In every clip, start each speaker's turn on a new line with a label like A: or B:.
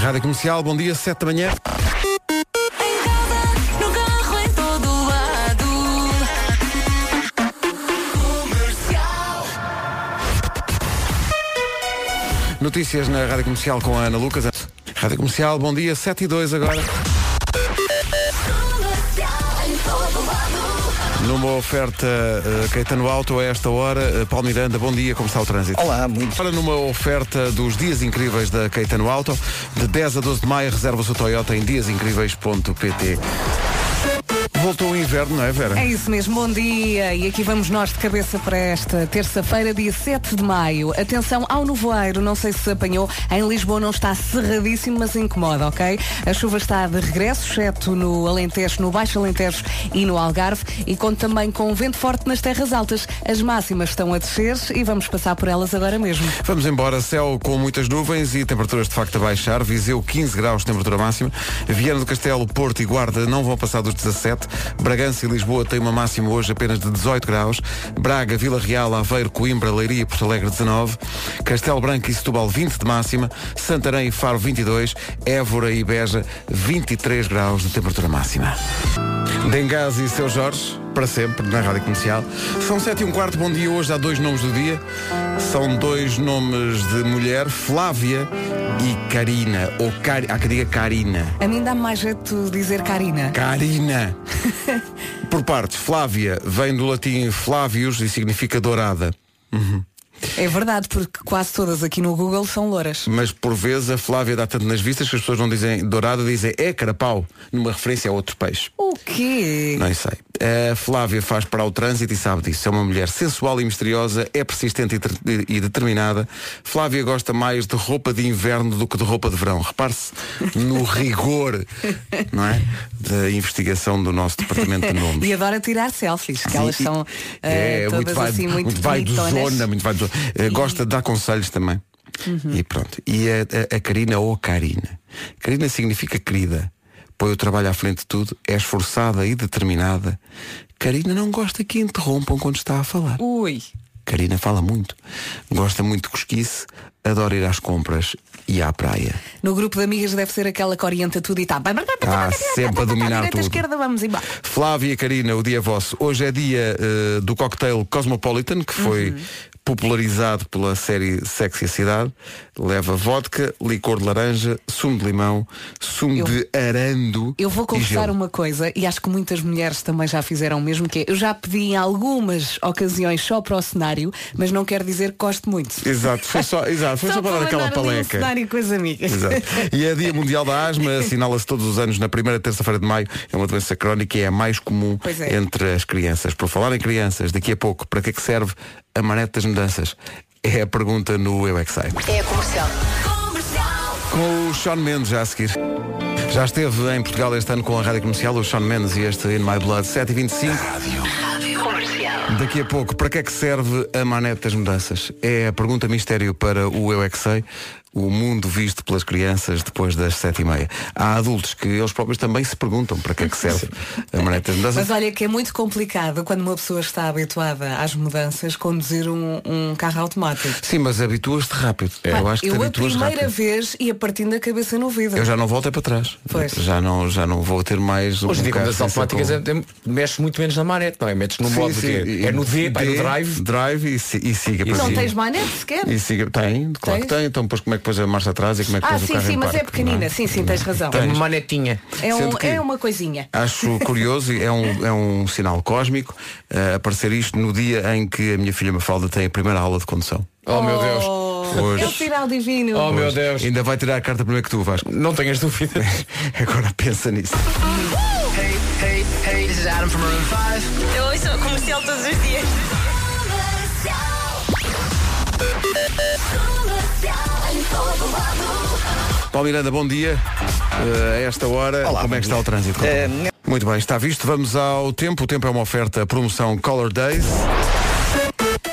A: Rádio Comercial, bom dia, 7 da manhã.
B: Em casa, no carro, em todo lado.
A: Notícias na Rádio Comercial com a Ana Lucas. Rádio Comercial, bom dia, 7 e 2 agora. Numa oferta eh, Caetano Alto a esta hora, eh, Paulo Miranda, bom dia, como está o trânsito?
C: Olá, muito.
A: Para numa oferta dos dias incríveis da Caetano Auto, de 10 a 12 de maio, reserva o seu Toyota em diasincríveis.pt. Voltou o inverno, não é, Vera?
D: É isso mesmo, bom dia. E aqui vamos nós de cabeça para esta terça-feira, dia 7 de maio. Atenção ao nevoeiro, não sei se se apanhou. Em Lisboa não está cerradíssimo, mas incomoda, ok? A chuva está de regresso, exceto no Alentejo, no Baixo Alentejo e no Algarve. E conta também com vento forte nas terras altas. As máximas estão a descer e vamos passar por elas agora mesmo.
A: Vamos embora, céu com muitas nuvens e temperaturas de facto a baixar. Viseu 15 graus de temperatura máxima. Viana do Castelo, Porto e Guarda não vão passar dos 17. Bragança e Lisboa têm uma máxima hoje apenas de 18 graus. Braga, Vila Real, Aveiro, Coimbra, Leiria e Porto Alegre 19. Castelo Branco e Setúbal 20 de máxima. Santarém e Faro 22. Évora e Beja 23 graus de temperatura máxima. Dengás e seu Jorge, para sempre, na Rádio Comercial. São sete e um quarto, bom dia. Hoje há dois nomes do dia. São dois nomes de mulher, Flávia e Karina. Ou Cari... Há que diga Karina.
D: A mim dá-me mais jeito de dizer Karina.
A: Karina. Por partes, Flávia vem do latim Flavius e significa dourada.
D: É verdade, porque quase todas aqui no Google são louras.
A: Mas por vezes a Flávia dá tanto nas vistas que as pessoas não dizem dourada, dizem é carapau, numa referência a outro peixe.
D: O quê?
A: Não sei. A Flávia faz para o trânsito e sabe disso. É uma mulher sensual e misteriosa, é persistente e, ter- e determinada. Flávia gosta mais de roupa de inverno do que de roupa de verão. Repare-se no rigor não é? da investigação do nosso departamento de nomes.
D: E adora tirar selfies, que
A: Sim,
D: elas
A: e-
D: são eh,
A: é,
D: todas
A: muito vai,
D: assim muito,
A: muito vai do
D: bonitonas.
A: zona, muito vai do zona. Eh, Gosta de dar conselhos também.
D: Uhum.
A: E pronto. E a, a- a Karina ou a Karina. Karina significa querida. Põe o trabalho à frente de tudo, é esforçada e determinada. Karina não gosta que interrompam quando está a falar.
D: Ui,
A: Karina fala muito. Gosta muito de cosquice, adora ir às compras e à praia.
D: no grupo de amigas deve ser aquela que orienta tudo e está.
A: Tá sempre a dominar
D: direita,
A: tudo.
D: esquerda, vamos embora.
A: Flávia e Karina, o dia é vosso. Hoje é dia eh, do cocktail Cosmopolitan, que foi
D: Uhum.
A: popularizado pela série Sexy a Cidade. Leva vodka, licor de laranja, sumo de limão, sumo
D: Eu-
A: de arando.
D: Eu vou
A: e
D: confessar
A: gelo.
D: uma coisa, e acho que muitas mulheres também já fizeram o mesmo, que é, eu já pedi em algumas ocasiões só para o cenário, mas não quer dizer que gosto muito.
A: Exato, foi só, exato, foi só, para dar aquela
D: andar ali no
A: paleca.
D: um cenário com as amigas.
A: Exato. E é Dia Mundial da Asma, assinala-se todos os anos na primeira terça-feira de maio. É uma doença crónica e é a mais comum
D: Pois é.
A: entre as crianças. Por falar em crianças, daqui a pouco, para que é que serve a manete das mudanças? É a pergunta no Eu É Que Sei.
E: É a comercial.
A: Com o Sean Mendes já a seguir. Já esteve em Portugal este ano com a Rádio Comercial, o Sean Mendes e este In My Blood 725. Daqui a pouco, para que é que serve a manete das mudanças? É a pergunta mistério para o Eu É Que Sei, o mundo visto pelas crianças depois das sete e meia. Há adultos que eles próprios também se perguntam para que é que serve a manete das mudanças.
D: Mas olha que é muito complicado quando uma pessoa está habituada às mudanças conduzir um, um carro automático.
A: Sim, mas habituas-te rápido. É, eu acho que te
D: eu a
A: habituas
D: primeira
A: rápido.
D: vez ia partindo da cabeça no vidro.
A: Eu já não volto é para trás.
D: Pois.
A: Já não, já não vou ter mais. um
F: Hoje em dia,
A: carro
F: quando as
A: sem ser
F: automáticas, é-
A: com-
F: mexe muito menos na manete, não é? Metes no
A: Sim,
F: modo
A: sim,
F: que
A: e-
F: é no D, vai no drive.
A: Drive e, si- e siga para
D: Não
A: cima.
D: tens manete sequer?
A: E siga, tem, claro que
D: Tens?
A: tem. Então, depois como é que pôs a marcha atrás e como é que
D: Ah,
A: pôs o
D: sim,
A: carro em
D: sim, mas
A: parque,
D: é pequenina.
A: não é?
D: Sim, sim, tens razão.
F: É
A: Tens.
F: uma manetinha.
D: É, um-
A: Sendo que- Ah,
D: é uma coisinha.
A: Acho curioso, e é um, é um sinal cósmico eh, aparecer isto no dia em que a minha filha Mafalda tem a primeira aula de condução.
F: Oh, meu Deus.
D: É o
A: Hoje.
D: sinal divino.
F: Oh, meu
A: Hoje.
F: Deus.
A: Ainda vai tirar a carta primeiro que tu, Vasco.
F: Não tenhas dúvidas.
A: Agora pensa nisso.
E: Hey, hey, hey, this is Adam from Maroon 5.
B: Eu ouço a comercial todos os dias.
A: Paulo Miranda, bom dia. Eh, a esta hora,
C: Olá,
A: como
C: bom
A: é que está o
C: dia.
A: trânsito?
C: Eh,
A: Muito bem, está visto. Vamos ao tempo. O tempo é uma oferta promoção Color Days.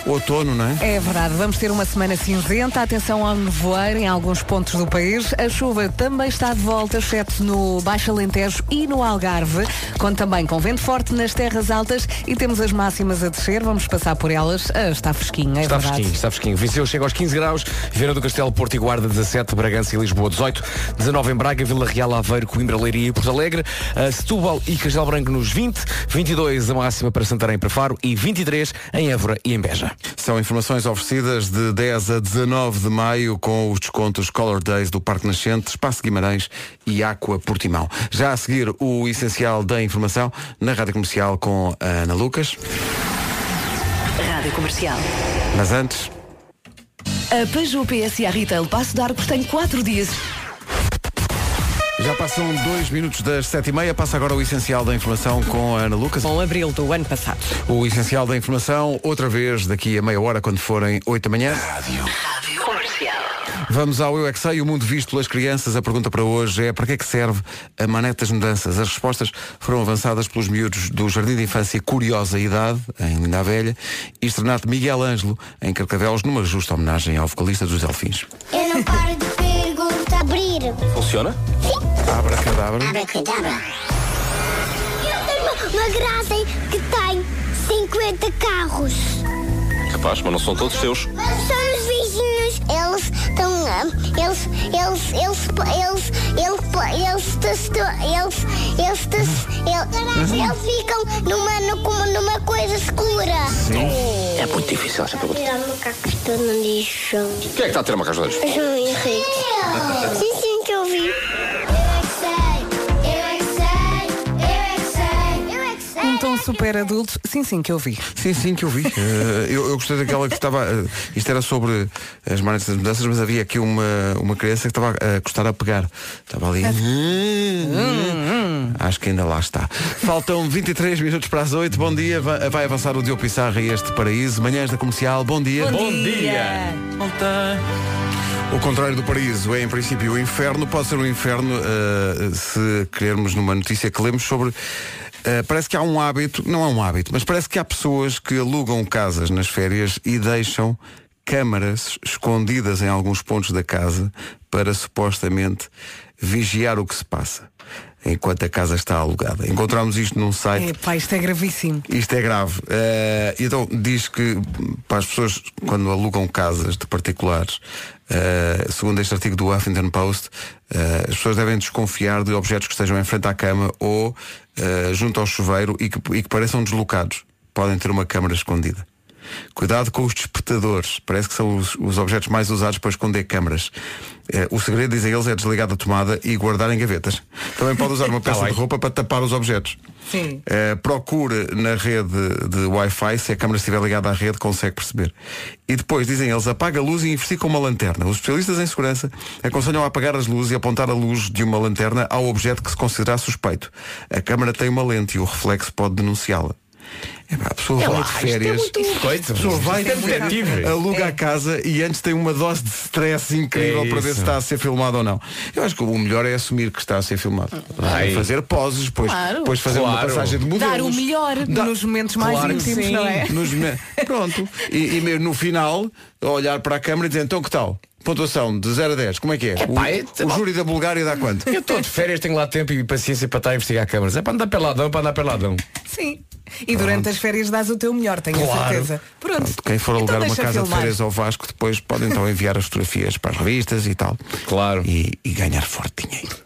A: outono, não é?
D: É verdade, vamos ter uma semana cinzenta, atenção ao nevoeiro em alguns pontos do país. A chuva também está de volta, exceto no Baixo Alentejo e no Algarve, conta também com vento forte nas terras altas e temos as máximas a descer, vamos passar por elas. Ah, está fresquinho, é
F: Está
D: verdade.
F: fresquinho, está fresquinho. Viseu chega aos 15 graus, Viana do Castelo, Porto e Guarda 17, Bragança e Lisboa 18, 19 em Braga, Vila Real, Aveiro, Coimbra, Leiria e Porto Alegre, eh, Setúbal e Castelo Branco nos 20, 22 a máxima para Santarém e para Faro e 23 em Évora e em Beja.
A: São informações oferecidas de 10 a 19 de maio com os descontos Color Days do Parque Nascente, Espaço Guimarães e Aqua Portimão. Já a seguir o essencial da informação na Rádio Comercial com a Ana Lucas.
C: Rádio Comercial.
A: Mas antes,
C: A Peugeot PSA Retail Passo de Arcos tem 4 dias.
A: já passam dois minutos das sete e meia. Passa agora o essencial da informação com a Ana Lucas.
G: Com abril do ano passado.
A: O essencial da informação, outra vez, daqui a meia hora, quando forem 8 da manhã.
C: Rádio Comercial.
A: Vamos ao Eu é que Sei, o mundo visto pelas crianças. A pergunta para hoje é para que é que serve a maneta das mudanças? As respostas foram avançadas pelos miúdos do Jardim de Infância Curiosa Idade, em Linda a Velha, e Estrenato Miguel Ângelo, em Carcavelos, numa justa homenagem ao vocalista dos Delfins.
H: Eu não paro de perguntar. Abrir.
F: Funciona?
A: Abra cadabra.
H: Eu tenho uma, uma garagem que tem 50 carros.
I: Capaz, mas não são todos seus.
H: São os vizinhos. Eles estão. ah, Eles. Eles. Eles. Eles. Eles. Eles. Eles. Eles. Eles. Eles. Eles ficam numa, numa, numa coisa escura.
I: É muito difícil essa pergunta.
H: Tirar macacos estão no lixo.
I: Quem é que está a tirar macacos dois?
H: João Henrique. Sim, sim, que eu vi. Eu é que sei, eu é que sei, eu é que sei, eu é que sei.
D: Um tom super adulto, sim, sim, que eu vi.
A: Sim, sim, que eu vi. Eh, eu, eu gostei daquela que estava. eh, isto era sobre eh, as manetas das mudanças, mas havia aqui uma, uma criança que estava a gostar a pegar. Estava ali. Acho que ainda lá está. Faltam 23 minutos para as 8. Bom dia. Va- Vai avançar o Diogo Pissarra e este paraíso. Manhãs da comercial. Bom dia.
F: Bom dia!
A: O contrário do paraíso é, em princípio, o inferno. Pode ser um inferno eh, se querermos numa notícia que lemos sobre. eh, parece que há um hábito, não é um hábito, mas parece que há pessoas que alugam casas nas férias e deixam câmaras escondidas em alguns pontos da casa para supostamente vigiar o que se passa enquanto a casa está alugada. Encontramos isto num site
D: É, pá, isto é gravíssimo.
A: isto é grave. Eh, então, diz que para as pessoas, quando alugam casas de particulares, eh, segundo este artigo do Huffington Post, eh, as pessoas devem desconfiar de objetos que estejam em frente à cama ou eh, junto ao chuveiro e que, e que pareçam deslocados. Podem ter uma câmara escondida. Cuidado com os despertadores. Parece que são os, os objetos mais usados para esconder câmaras. Eh, o segredo, dizem eles, é desligar da tomada e guardar em gavetas. Também pode usar uma peça de roupa para tapar os objetos.
D: Sim.
A: Uh, procure na rede de Wi-Fi, se a câmara estiver ligada à rede, consegue perceber. E depois, dizem eles, apaga a luz e investiga uma lanterna. Os especialistas em segurança aconselham a apagar as luzes e apontar a luz de uma lanterna ao objeto que se considerar suspeito. A câmara tem uma lente e o reflexo pode denunciá-la. Epá, a pessoa vai de férias.
F: Coisa,
A: A pessoa vai de férias,
F: é detetive.
A: aluga a casa e antes tem uma dose de stress incrível
F: É
A: para ver
F: isso.
A: se está a ser filmado ou não. Eu acho que o melhor é assumir que está a ser filmado. É
F: Vai.
A: Fazer poses, depois,
D: Claro.
A: depois fazer uma
F: Claro.
A: passagem de modelos.
D: Dar o melhor
A: Dá-
D: nos momentos mais
F: Claro que
D: íntimos,
F: sim.
D: não é?
A: Nos me- Pronto. E, e mesmo no final, a olhar para a câmara e dizer, então que tal? Pontuação de 0 a 10, como é que é? O-
F: pá, é-
A: o, júri da Bulgária dá quanto?
F: Eu estou de férias, tenho lá tempo e paciência para estar a investigar câmaras. É para andar peladão, para andar peladão.
D: Sim. E durante as férias dás o teu melhor, tenho a
F: Claro.
D: certeza. Pronto.
A: Quem for alugar
D: então
A: uma
D: deixa
A: casa de
D: filmar.
A: férias ao Vasco, depois pode então enviar as fotografias para as revistas e tal.
F: Claro.
A: E, e ganhar forte dinheiro.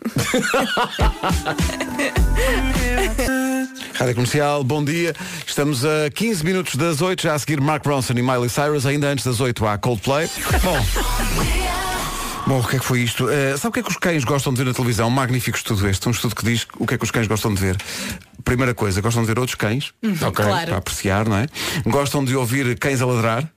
A: Rádio Comercial, bom dia. Estamos a 15 minutos das 8, já a seguir Mark Ronson e Miley Cyrus, ainda antes das 8 há Coldplay. Bom. Bom, o que é que foi isto? Eh, sabe o que é que os cães gostam de ver na televisão? Um magnífico estudo este, um estudo que diz o que é que os cães gostam de ver. Primeira coisa, gostam de ver outros cães,
D: Uhum.
A: ok,
D: claro.
A: para apreciar, não é? Gostam de ouvir cães a ladrar,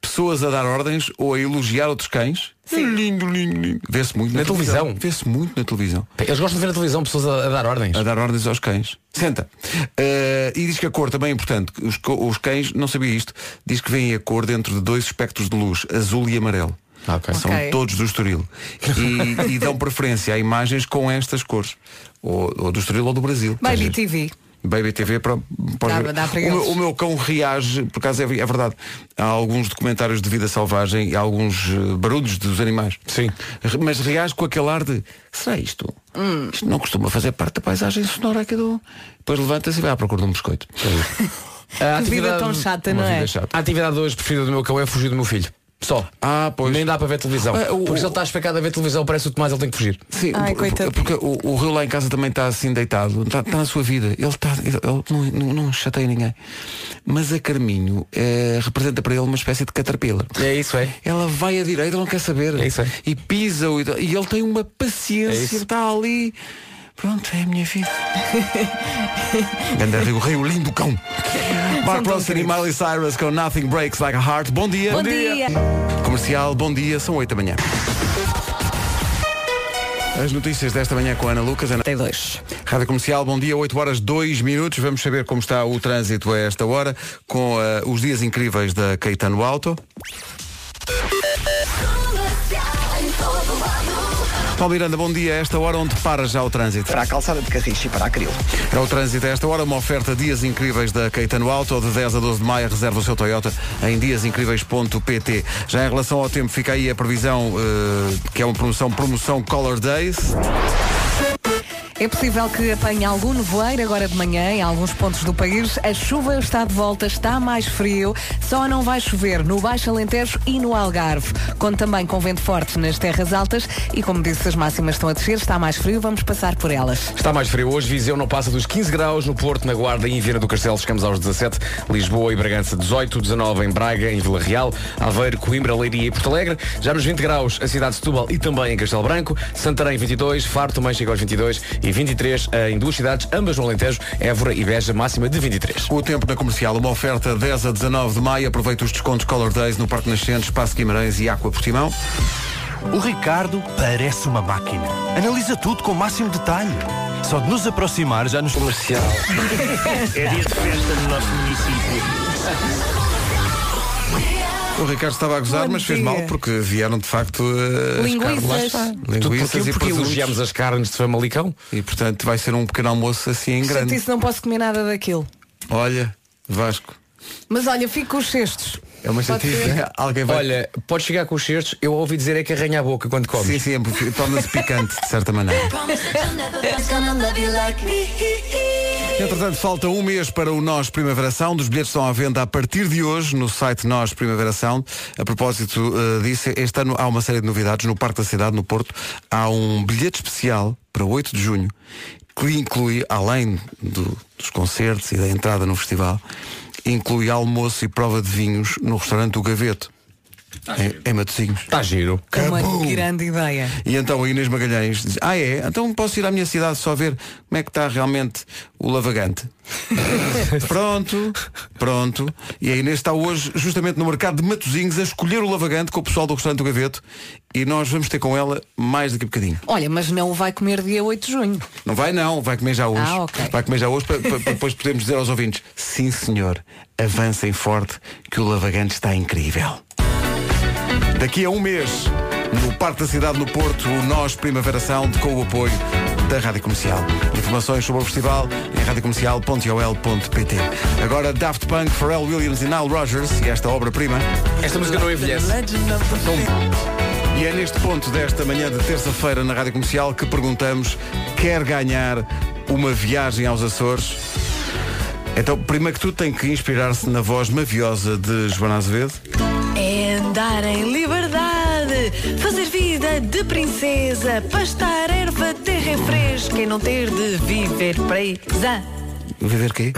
A: pessoas a dar ordens ou a elogiar outros cães. Lindo, lindo, lindo. Vê-se muito na,
F: Na televisão?
A: Vê-se muito na televisão.
F: Eles gostam de ver na televisão pessoas a, a dar ordens.
A: A dar ordens aos cães. Senta. Eh, e diz que a cor também é importante. Os, co- os cães, não sabia isto, diz que veem a cor dentro de dois espectros de luz, azul e amarelo.
F: Ah, ok.
A: São
D: Ok.
A: todos do Estoril. E, e dão preferência a imagens com estas cores. Ou, ou do Estoril ou do Brasil.
D: Baby
A: Quer dizer,
D: TV.
A: Baby TV para, para-
D: Dá- dá para
A: o,
D: eles.
A: meu, o meu cão reage, por acaso é, é verdade, há alguns documentários de vida selvagem e há alguns eh, barulhos dos animais.
F: Sim.
A: Re- Mas reage com aquele ar de será isto?
D: Hum.
A: Isto não costuma fazer parte da paisagem sonora aqui do. Depois levanta-se e vai à procura de um biscoito.
F: É A
D: Ah,
A: Tá
D: Que vida tão chata,
A: Uma
D: não é?
A: vida chata.
F: A atividade hoje preferida do meu cão é fugir do meu filho. Só.
A: Ah, pois.
F: Nem dá para ver televisão.
A: Ah, o-
F: Porque se ele está espacado a ver televisão, parece o Tomás, ele tem que fugir.
A: Sim,
D: Ai,
A: por-
D: coitado.
A: porque o, o Rio lá em casa também está assim deitado, está, está na sua vida. Ele, está, ele não, não, não chateia ninguém. Mas a Carminho eh, representa para ele uma espécie de caterpillar.
F: É isso, é.
A: Ela vai à direita, não quer saber.
F: É isso, é.
A: E pisa o e ele tem uma
F: É
A: paciência,
F: isso.
A: está ali. Pronto, é a minha vida. Ganda Rio, Rio, lindo cão. Mark
D: tão
A: Ronson e Miley Cyrus com Nothing Breaks Like a Heart. Bom dia.
D: Bom dia.
A: Comercial, bom dia, são 8 da manhã. As notícias desta manhã com a Ana Lucas. Ana...
D: 32.
A: Rádio Comercial, bom dia, 8 horas 2 minutos. Vamos saber como está o trânsito a esta hora com eh, os dias incríveis da Caetano Auto. Paulo Miranda, bom dia. A esta hora onde para já o trânsito?
E: Para a calçada de Carris e para a Cril.
A: É o trânsito a esta hora, uma oferta Dias Incríveis da Caetano Auto, de 10 a 12 de maio, reserva o seu Toyota em diasincríveis.pt. Já em relação ao tempo, fica aí a previsão, eh, que é uma promoção, promoção Color Days.
D: É possível que apanhe algum nevoeiro agora de manhã em alguns pontos do país. A chuva está de volta, está mais frio, só não vai chover no Baixo Alentejo e no Algarve. Conto também com vento forte nas terras altas e, como disse, as máximas estão a descer, está mais frio, vamos passar por elas.
F: Está mais frio hoje, Viseu não passa dos 15 graus, no Porto, na Guarda e em Viana do Castelo chegamos aos 17, Lisboa e Bragança 18, 19 em Braga, em Vila Real, Aveiro, Coimbra, Leiria e Porto Alegre, já nos 20 graus a cidade de Setúbal e também em Castelo Branco, Santarém 22, Faro também chega aos 22 e 23 em duas cidades, ambas no Alentejo, Évora e Beja, máxima de 23.
A: O tempo na comercial, uma oferta 10 a 19 de maio. Aproveita os descontos Color Days no Parque Nascente, Espaço Guimarães e Aqua Portimão.
G: O Ricardo parece uma máquina. Analisa tudo com o máximo detalhe. Só de nos aproximar já nos. Comercial.
J: É dia de festa no nosso município.
A: O Ricardo estava a gozar,
D: Bom
A: mas fez
D: dia.
A: mal porque vieram de facto eh, as
D: Linguiças.
A: carnes. Lá está.
F: Tudo
A: Linguiças
F: porque,
A: e
F: porque
A: presuntos.
F: elogiamos as carnes de Famalicão?
A: E portanto vai ser um pequeno almoço assim em
D: Portanto,
A: grande.
D: isso não posso comer nada daquilo.
A: Olha, Vasco.
D: Mas olha, fico com os cestos.
A: É uma
D: Pode
A: chatice.
D: ser.
A: né? Alguém vai.
F: Olha, pode chegar com os cestos, eu ouvi dizer é que arranha a boca quando comes.
A: Sim, sim, é porque torna-se picante, de certa maneira. Entretanto, falta um mês para o Nós Primavera Sound. Os bilhetes estão à venda a partir de hoje no site Nós Primavera Sound. A propósito eh, disso, este ano há uma série de novidades no Parque da Cidade, no Porto. Há um bilhete especial para 8 de junho que inclui, além do- dos concertos e da entrada no festival, inclui almoço e prova de vinhos no restaurante do Gaveto, em, em Matosinhos.
F: Está Tá giro.
D: É uma
A: Cabum!
D: grande ideia.
A: E então a Inês Magalhães diz, ah é? Então posso ir à minha cidade só ver como é que está realmente o lavagante. pronto, pronto. E a Inês está hoje justamente no mercado de Matozinhos a escolher o lavagante com o pessoal do restaurante do Gaveto e nós vamos ter com ela mais daqui a bocadinho.
D: Olha, mas não o vai comer dia 8 de junho.
A: Não vai não, vai comer já hoje.
D: Ah, ok.
A: Vai comer já hoje para, para- para depois podermos dizer aos ouvintes, sim senhor, avancem forte que o lavagante está incrível. Daqui a um mês, no Parque da Cidade no Porto, o Nós Primavera Sound com o apoio da Rádio Comercial. Informações sobre o festival em radiocomercial.ol.pt Agora Daft Punk, Pharrell Williams e Nile Rogers e esta obra-prima.
F: Esta música não envelhece.
A: E é neste ponto desta manhã de terça-feira na Rádio Comercial que perguntamos quer ganhar uma viagem aos Açores? Então, primeiro que tudo, tem que inspirar-se na voz maviosa de Joana Azevedo.
B: É andar em liberdade, fazer vida de princesa, pastar erva, terra é fresca e não ter de viver presa.
A: Viver quê?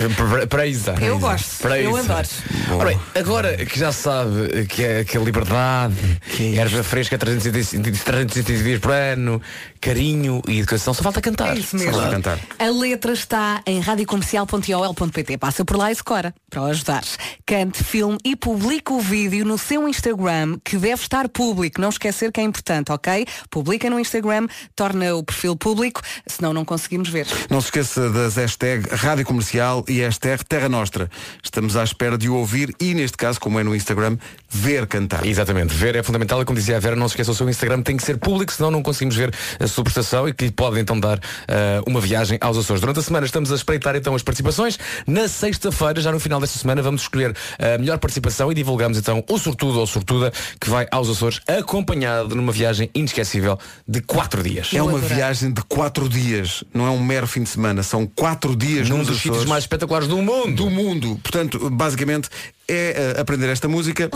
F: Praisa.
D: Eu gosto. Eu adoro.
F: Ora bem, agora que já sabe que é que a liberdade,
A: Que é
F: erva fresca 360 360 dias por ano, carinho e educação, só falta cantar.
D: É isso
A: Ah, Só
D: mesmo.
A: para cantar.
D: A letra está em radiocomercial.ol.pt. Passa por lá e decora, para o ajudar. Cante, filme e publica o vídeo no seu Instagram, que deve estar público. Não esquecer que é importante, ok? Publica no Instagram, torna o perfil público, senão não conseguimos ver.
A: Não se esqueça das hashtag Rádio Comercial e hashtag Terra Nostra. Estamos à espera de o ouvir e, neste caso, como é no Instagram, ver cantar.
F: Exatamente, ver é fundamental e como dizia a Vera, não se esqueça o seu Instagram tem que ser público, senão não conseguimos ver a sua prestação e que lhe pode então dar ah, uma viagem aos Açores. Durante a semana estamos a espreitar então as participações. Na sexta-feira, já no final desta semana, vamos escolher a melhor participação e divulgamos então o sortudo ou sortuda que vai aos Açores acompanhado numa viagem inesquecível de quatro dias.
A: É uma viagem de quatro dias, não é um mero fim de semana, são quatro dias
F: Num
A: nos
F: dos sítios
A: Açores.
F: mais espetaculares do mundo.
A: Do mundo. Portanto, basicamente é eh, aprender esta música.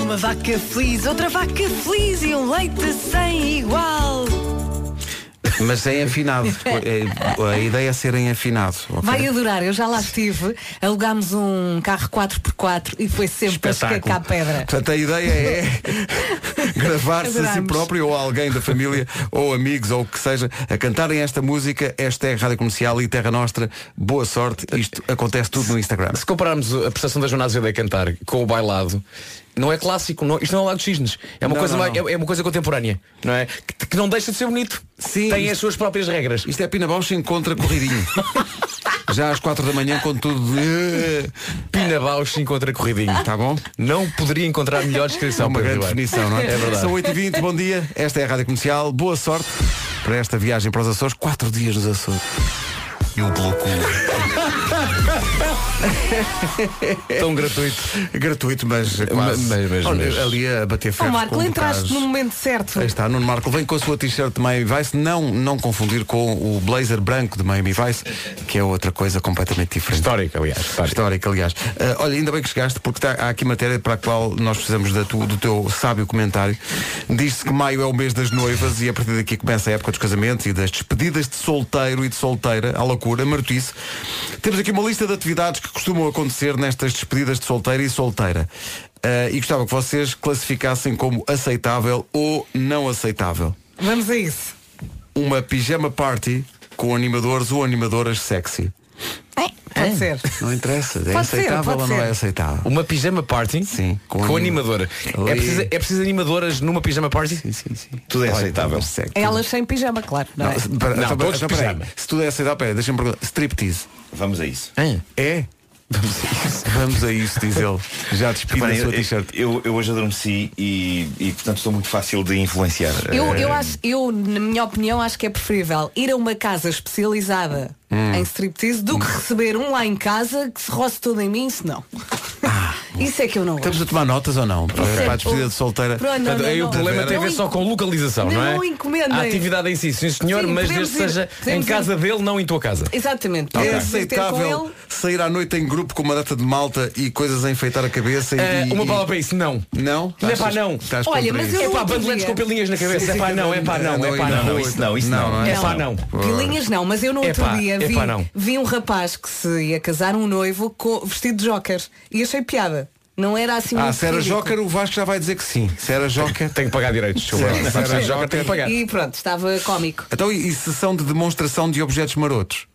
B: Uma vaca feliz, outra vaca feliz e um leite sem igual.
A: Mas sem afinado. É, A ideia é serem afinado. ok?
D: Vai adorar, eu já lá estive, alugámos um carro 4x4 e foi sempre para escacar pedra.
A: Portanto, a ideia é gravar-se a si
D: Adorámos.
A: próprio ou alguém da família ou amigos ou o que seja a cantarem esta música, hashtag Rádio Comercial e Terra Nostra. Boa sorte. Isto acontece tudo no Instagram.
F: Se compararmos a prestação da Joana Azevedo a cantar com o bailado, não é clássico, não- isto não é o Lago dos Cisnes. É uma,
A: Não,
F: coisa,
A: não,
F: mais-
A: não.
F: É, é uma coisa contemporânea, não é? Que, que não deixa de ser bonito.
A: Sim,
F: Tem
A: isto-
F: as suas próprias regras.
A: Isto é Pina Bausch encontra corridinho. Já às quatro da manhã com tudo. eh,
F: Pina Bausch encontra corridinho.
A: Tá bom?
F: Não poderia encontrar melhor descrição.
A: É uma
F: Pedro
A: grande
F: Ribeiro.
A: definição, não é?
F: É verdade.
A: São 8h20, bom dia. Esta é a Rádio Comercial. Boa sorte para esta viagem para os Açores. Quatro dias nos Açores.
F: Tão gratuito.
A: Gratuito, mas
F: Mas-
A: quase.
F: mas- mas-
A: Olha,
F: mas-
A: Ali a bater
D: Ó
A: ferro.
D: Marco, entraste no momento certo.
A: Aí está, Nuno Marco vem com a sua t-shirt de Miami Vice, não, não confundir com o blazer branco de Miami Vice, que é outra coisa completamente diferente.
F: Histórico, aliás. Histórico.
A: Histórica, aliás. Ah, olha, ainda bem que chegaste, porque tá- há aqui matéria para a qual nós precisamos da tu- do teu sábio comentário. Diz-se que maio é o mês das noivas e a partir daqui começa a época dos casamentos e das despedidas de solteiro e de solteira, à loucura, martice. Temos aqui uma lista de atividades que costumam acontecer nestas despedidas de solteiro e solteira. Ah, e gostava que vocês classificassem como aceitável ou não aceitável.
D: Vamos a isso.
A: Uma pijama party com animadores ou animadoras sexy.
D: Pode
A: É.
D: ser.
A: Não interessa, é
D: Pode ser,
A: aceitável
D: pode
A: ou não
D: ser.
A: é aceitável?
F: Uma pijama party
A: Sim,
F: com,
A: com
F: animadora.
A: Ali-
F: É preciso, é preciso animadoras numa pijama party?
A: Sim, sim, sim.
F: Tudo é aceitável.
A: Sexo.
D: Elas sem pijama, claro. Não,
A: Não,
D: é?
A: se- pera-
F: Não,
A: então,
F: todos
A: então,
F: de
A: peraí.
F: pijama.
A: Se tudo é aceitável, pera, deixa-me perguntar. Striptease.
K: Vamos a isso.
A: É? Vamos a isso. Vamos a isso, diz ele. Já despido a
K: Reparem,
A: sua
K: eu,
A: t-shirt.
K: eu, eu hoje adormeci e, e portanto estou muito fácil de influenciar.
D: Eu,
K: Eh,
A: É.
D: eu acho, eu, na minha opinião, acho que é preferível ir a uma casa especializada
A: Hum.
D: em striptease do que receber um lá em casa que se roce todo em mim, se não. Isso é que eu não gosto.
A: Ah, Estamos a tomar notas ou não? Para,
D: Isso é-
A: para a despedida de solteira.
D: Pronto, não,
F: Portanto,
D: não,
F: aí
D: não.
F: o problema é tem a ver só com localização, não,
D: Não
F: é?
D: encomendem.
F: A atividade em si, sim senhor,
D: Sim,
F: mas
D: podemos
F: desde
D: ir-
F: que seja em
D: podemos ir.
F: casa dele, não em tua casa.
D: Exatamente.
A: É
D: Podemos ter com
A: aceitável
D: ele.
A: sair à noite em grupo com uma data de malta e coisas a enfeitar a cabeça e.
F: Eh,
A: e-
F: uma
A: e-
F: palavra para isso, não.
A: Não?
F: Não é pá,
A: Estás-
F: não.
A: estás
D: Olha,
A: contra
D: mas
A: isso.
D: eu-
F: É pá,
D: outro
F: bandeletes
D: dia.
F: com pelinhas na cabeça. É pá, não, é pá, não, é pá,
K: não,
F: não.
K: isso não, isso não.
A: é?
F: É pá, não. É
D: Pilinhas não, mas eu no outro
F: Epá,
D: dia vi,
F: epá, não.
D: vi um rapaz que se ia casar um noivo co- vestido de joker e achei piada. Não era assim
A: Ah,
D: muito
A: se era
D: ridículo.
A: Joker, o Vasco já vai dizer que sim. Se era Joker.
F: Tenho que pagar direitos. desculpa.
A: Sim,
F: Sabe,
A: sim.
F: o Joker tem que pagar.
D: E pronto, estava cómico.
A: Então, e, e sessão de demonstração de objetos marotos?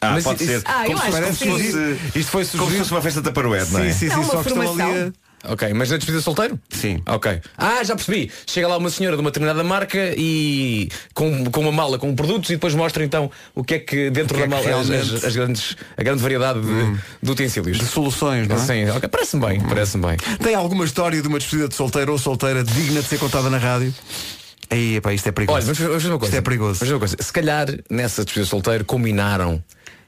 K: Ah,
F: Mas
K: pode
F: isso-
K: ser.
D: Ah, eu
K: como, se-
D: acho
A: Parece
D: que
A: que
K: sim.
A: fosse- isto
K: como
A: foi
K: se
A: sugerido.
K: fosse uma festa da Parued, não é?
A: Sim, sim,
D: É
A: sim,
D: uma
A: só que estão ali eh,
D: formação.
A: a...
F: Ok, mas na despedida de solteiro?
A: Sim.
F: Ok. Ah, já percebi. Chega lá uma senhora de uma determinada marca e com, com uma mala com produtos e depois mostra então o que é que dentro
A: O que é
F: da mala
A: que
F: as-
A: realmente- Hum.
F: as, as grandes, a grande variedade de, de utensílios.
A: de soluções, não é?
F: Sim, ok. Parece-me bem, parece-me bem.
A: Tem alguma história de uma despedida de solteiro ou solteira digna de ser contada na rádio? Aí, epá, isto é perigoso.
F: Olha, vamos fazer vamos fazer uma coisa.
A: Isto é perigoso.
F: Vamos fazer uma coisa. Se calhar nessa despedida de solteiro combinaram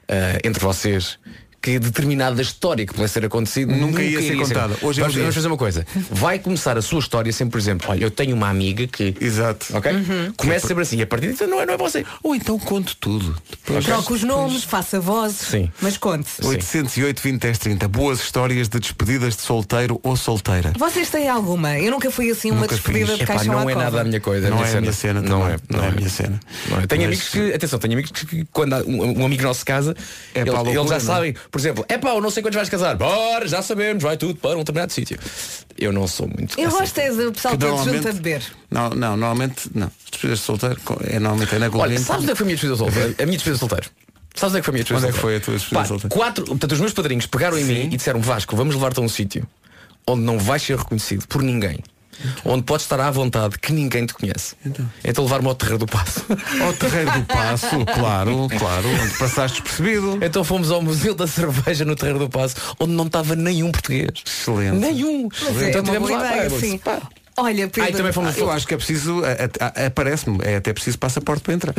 F: ah, entre vocês que determinada história que pudesse ter acontecido
A: Nunca
F: nunca,
A: ia ser contada. Hoje
F: vamos,
A: é o dia.
F: vamos fazer uma coisa. Vai começar a sua história sempre, por exemplo, olha, eu tenho uma amiga que.
A: Exato.
F: Ok?
A: Uhum.
F: Começa sempre assim, e a partir disso não é, não é você.
A: Ou então conto tudo.
D: Troco os nomes, faça vozes,
F: Sim.
D: mas conte.
A: 808 20 10 30. Boas histórias de despedidas de solteiro ou solteira.
D: Vocês têm alguma? Eu nunca fui assim uma
A: Nunca
D: despedida
A: fiz.
D: de
F: Epá,
D: caixão
F: não
D: à
F: é
D: cova.
F: nada a minha coisa.
A: Não é a
F: cena.
A: minha cena
F: Não
A: também.
F: é,
A: Não é a minha cena.
F: Não é. Tenho
A: Mas-
F: amigos que, atenção, tenho amigos que quando há um, um amigo nosso casa,
A: É
F: eles,
A: pá, loucura,
F: eles já
A: não é?
F: sabem, por exemplo, é pá, eu não sei quando vais casar. Bora, já sabemos, vai tudo para um determinado sítio. Eu não sou muito.
D: Eu
F: assim.
D: gosto é do pessoal
A: Que
D: todo
A: normalmente-
D: junto a beber.
A: Não, não, normalmente não. As Despedidas de solteiro é normalmente é na
F: Olha,
A: Golden.
F: sabes onde é que foi a minha despedida solteira? A minha despedida solteira. Sabes onde é que foi a minha despedida
A: Onde é
F: solteira?
A: que foi a tua despedida
F: Pá,
A: solteira?
F: Quatro, portanto, os meus padrinhos pegaram em mim e disseram Vasco, vamos levar-te a um sítio onde não vais ser reconhecido por ninguém.
A: Então.
F: onde podes estar à vontade, que ninguém te conhece. Então, levar-me ao terreiro do Passo.
A: Ao terreiro do Passo, claro, claro, onde passaste despercebido.
F: Então fomos ao Museu da Cerveja no terreiro do Passo, onde não estava nenhum português.
A: Excelente.
F: Nenhum.
D: Mas é
F: então
D: uma
F: tivemos
D: boa
F: lá.
D: ideia,
F: pá,
D: sim. Olha, Pedro.
A: Ah, também fomos- eu acho que é preciso, a- a- a- aparece-me, é até preciso passaporte para entrar.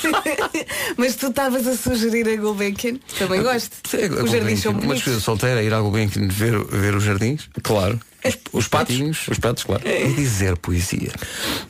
D: Mas tu estavas a sugerir a Gulbenkian.
F: Ah,
D: Também gosto. Os jardins são
A: Uma
D: bonitos.
A: despedida solteira, ir a alguém que ver, ver os jardins.
F: Claro. Os, os patos. Os patos, claro.
A: E dizer poesia.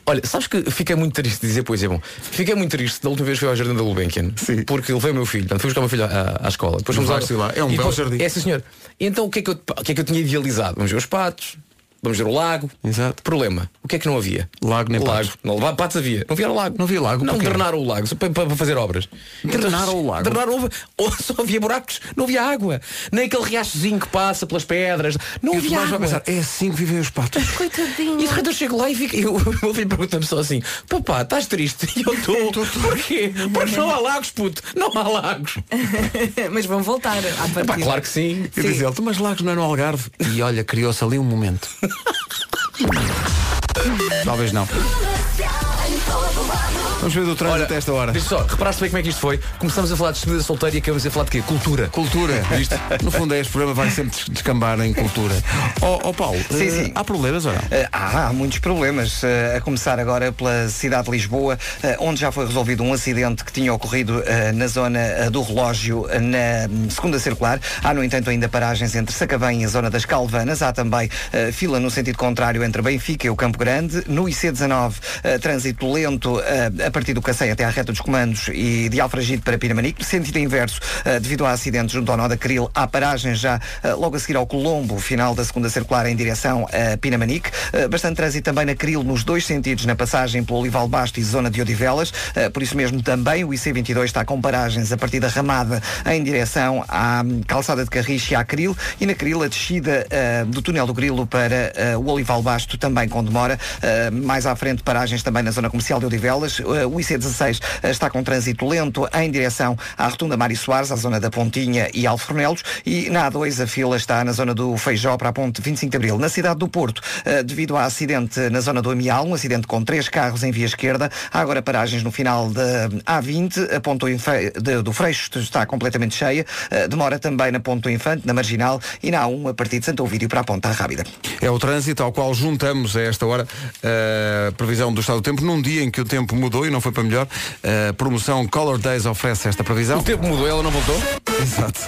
F: Olha, sabes que fiquei muito triste de dizer poesia. Bom, fiquei muito triste da última vez que fui ao Jardim da Gulbenkian. Sim. Porque levei o meu filho. Portanto, fui buscar o meu filho à, à escola. Depois fomos
A: Vai-se lá, é um
F: e
A: belo
F: depois-
A: jardim.
F: É, sim, senhor. E então, o que, é que eu, o que é que eu tinha idealizado? Vamos ver os patos. Vamos ver o lago. Exato. Problema. O que é que não havia? Lago nem lago. patos. Não, lá- patos havia. Não havia lago. Não havia lago. Não,
A: porquê?
F: drenaram o lago só para, para- para fazer obras.
A: Drenaram
F: Então,
A: o lago?
F: Drenaram o- ou só havia buracos. Não havia água. Nem aquele riachozinho que passa pelas pedras. Não
A: E tu
F: havia água.
A: vais lá pensar, é assim que vivem os patos.
F: Coitadinho. E de repente eu chego lá e fico, e o meu filho pergunta-me só assim, papá, estás triste? E eu estou. Porquê? Porque não há lagos, puto. Não há lagos.
D: Mas vão voltar à partida.
F: que sim.
A: E diz ele, mas Lagos não é no Algarve. E olha, criou-se ali um momento. Talvez não. Vamos ver do trânsito até esta hora.
F: Diz só, reparaste bem como é que isto foi. Começamos a falar de despedida solteira e acabamos a falar de quê? Cultura.
A: Cultura. Viste? No fundo é este programa vai sempre des- descambar em cultura. Ó oh, Paulo, eh, há problemas ou não?
L: Eh, há, há muitos problemas. eh, a começar agora pela cidade de Lisboa, eh, onde já foi resolvido um acidente que tinha ocorrido eh, na zona eh, do relógio, eh, na hum, segunda circular. Há, no entanto, ainda paragens entre Sacavém e a zona das Calvanas. Há também eh, fila no sentido contrário entre Benfica e o Campo Grande. No IC19, eh, trânsito lento eh, a partir do Cacém até à reta dos comandos e de Alfragide para Piramanique. No sentido inverso, eh, devido a acidentes junto ao Nó da Cril, há paragem já eh, logo a seguir ao Colombo, final da segunda circular em direção a Pinamanique. Eh, Bastante trânsito também na Cril, nos dois sentidos, na passagem pelo Olival Basto e zona de Odivelas. Eh, Por isso mesmo também o IC22 está com paragens a partir da Ramada em direção à hum, calçada de Carriche e à Cril. E na Cril a descida eh, do túnel do Grilo para eh, o Olival Basto também com demora. Eh, Mais à frente paragens também na zona comercial de Odivelas. Eh, O IC16 está com trânsito lento em direção à Rotunda Mário Soares, à zona da Pontinha e Alfornelos. E na A2 a fila está na zona do Feijó para a ponte 25 de Abril. Na cidade do Porto, eh, devido a acidente na zona do Amial, um acidente com três carros em via esquerda, há agora paragens no final da A20, a ponte do, Infe- de- do Freixo está completamente cheia, Eh, demora também na ponte do Infante, na Marginal e na A1 a partir de Santo Ovídio para a ponta rápida.
A: É o trânsito ao qual juntamos a esta hora a previsão do estado do tempo num dia em que o tempo mudou e não foi para melhor. A promoção Color Days oferece esta previsão. O
F: tempo mudou, ela não voltou?
A: Exato.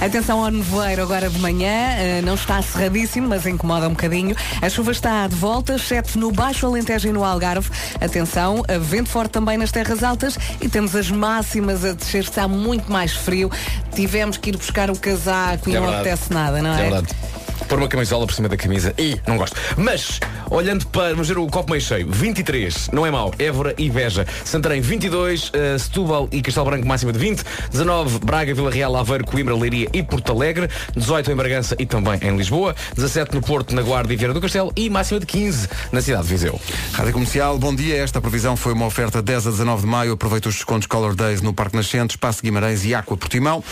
D: Atenção ao nevoeiro agora de manhã, eh, não está cerradíssimo, mas incomoda um bocadinho. A chuva está de volta, exceto no Baixo Alentejo e no Algarve. Atenção, eh, vento forte também nas terras altas e temos as máximas a descer, está muito mais frio. Tivemos que ir buscar o casaco e
F: É
D: não
F: verdade.
D: apetece nada, não
F: É
D: é?
F: verdade. Pôr uma camisola por cima da camisa. E não gosto. Mas, olhando para, vamos ver o copo meio cheio. 23, não é mau. Évora e Beja. Santarém 22, eh, Setúbal e Castelo Branco máxima de 20. 19, Braga, Vila Real, Aveiro, Coimbra, Leiria e Porto Alegre. 18 em Bragança e também em Lisboa. 17 no Porto, na Guarda e Vieira do Castelo. E máxima de 15 na cidade de Viseu.
A: Rádio Comercial, bom dia. Esta previsão foi uma oferta 10 a 19 de maio. Aproveita os descontos Color Days no Parque Nascente, Espaço Guimarães e Aqua Portimão.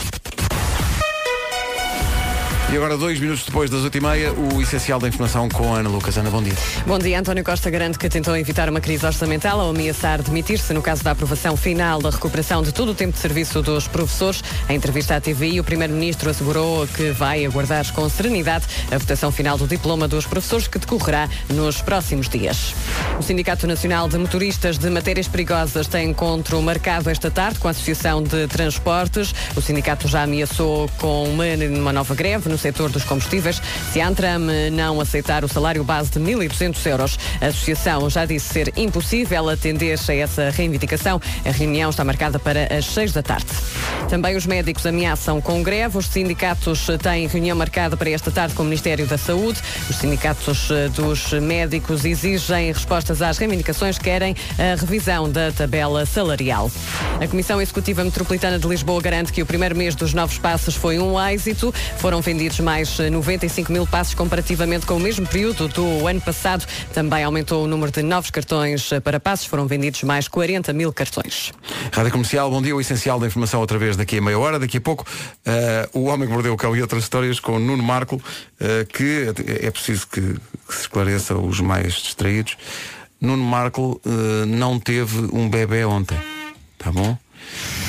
A: E agora, dois minutos depois das 8h30, o essencial da informação com a Ana Lucas. Ana, bom dia.
M: Bom dia, António Costa garante que tentou evitar uma crise orçamental ao ameaçar demitir-se no caso da aprovação final da recuperação de todo o tempo de serviço dos professores. Em entrevista à TVI, o Primeiro-Ministro assegurou que vai aguardar com serenidade a votação final do diploma dos professores que decorrerá nos próximos dias. O Sindicato Nacional de Motoristas de Matérias Perigosas tem encontro marcado esta tarde com a Associação de Transportes. O sindicato já ameaçou com uma, uma nova greve no setor dos combustíveis se a Antram não aceitar o salário base de 1.200 euros. A associação já disse ser impossível atender a essa reivindicação. A reunião está marcada para as 6 da tarde. Também os médicos ameaçam com greve. Os sindicatos têm reunião marcada para esta tarde com o Ministério da Saúde. Os sindicatos eh, dos médicos exigem respostas às reivindicações, querem a revisão da tabela salarial. A Comissão Executiva Metropolitana de Lisboa garante que o primeiro mês dos novos passos foi um êxito. Foram vendidos vendidos mais eh, 95 mil passos comparativamente com o mesmo período do ano passado. Também aumentou o número de novos cartões eh, para passos, foram vendidos mais 40 mil cartões.
A: Rádio Comercial, bom dia. O essencial da informação outra vez daqui a meia hora. Daqui a pouco, eh, o Homem que Mordeu o Cão e outras histórias com o Nuno Marco, eh, que é preciso que, que se esclareça os mais distraídos. Nuno Marco eh, não teve um bebê ontem, tá bom?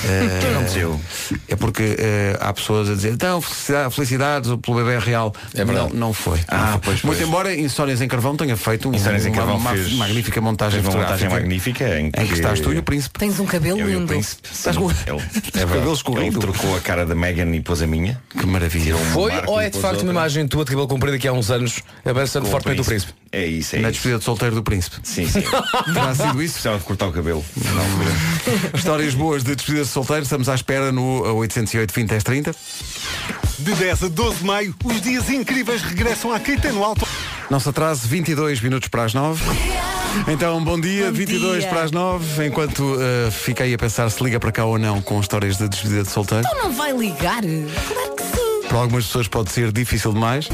A: Eh,
K: que aconteceu?
A: É porque eh, há pessoas a dizer, então, felicidade- felicidades pelo bebê real. É
K: verdade.
A: Não, não foi.
K: Ah, pois, pois.
A: Muito embora Insónias em Carvão tenha feito um-
K: Insónias em
A: uma,
K: Carvão
A: ma-
K: fez-
A: magnífica montagem
K: fez uma
A: fotográfica.
K: montagem magnífica em
A: que
K: que-
A: estás tu e o príncipe.
D: Tens um cabelo
K: Eu e o
D: lindo.
K: príncipe. sim.
A: Estás com-
K: Ele, é
A: o
K: verdade.
A: cabelo escorrido.
K: Ele trocou a cara da Megan e pôs a minha.
A: Que maravilha.
F: Foi ou é de facto uma imagem tua de cabelo comprido aqui há uns anos, abraçando fortemente o príncipe?
K: É isso, é
A: Na
K: isso.
A: despedida de solteiro do príncipe.
K: Sim, sim.
A: Terá sido isso?
K: Precisava de cortar o cabelo.
A: Histórias boas de despedida de solteiro. Estamos à espera no 808 20 10 30.
N: De 10 a 12 de maio, os dias incríveis regressam à Caetano Alto.
A: Não se atrase, 22 minutos para as 9. Então, bom dia, 22
N: dia.
A: para as 9. Enquanto uh, fiquei a pensar se liga para cá ou não com histórias de despedida de solteiro.
C: Então não vai ligar? Claro que sim.
A: Para algumas pessoas pode ser difícil demais.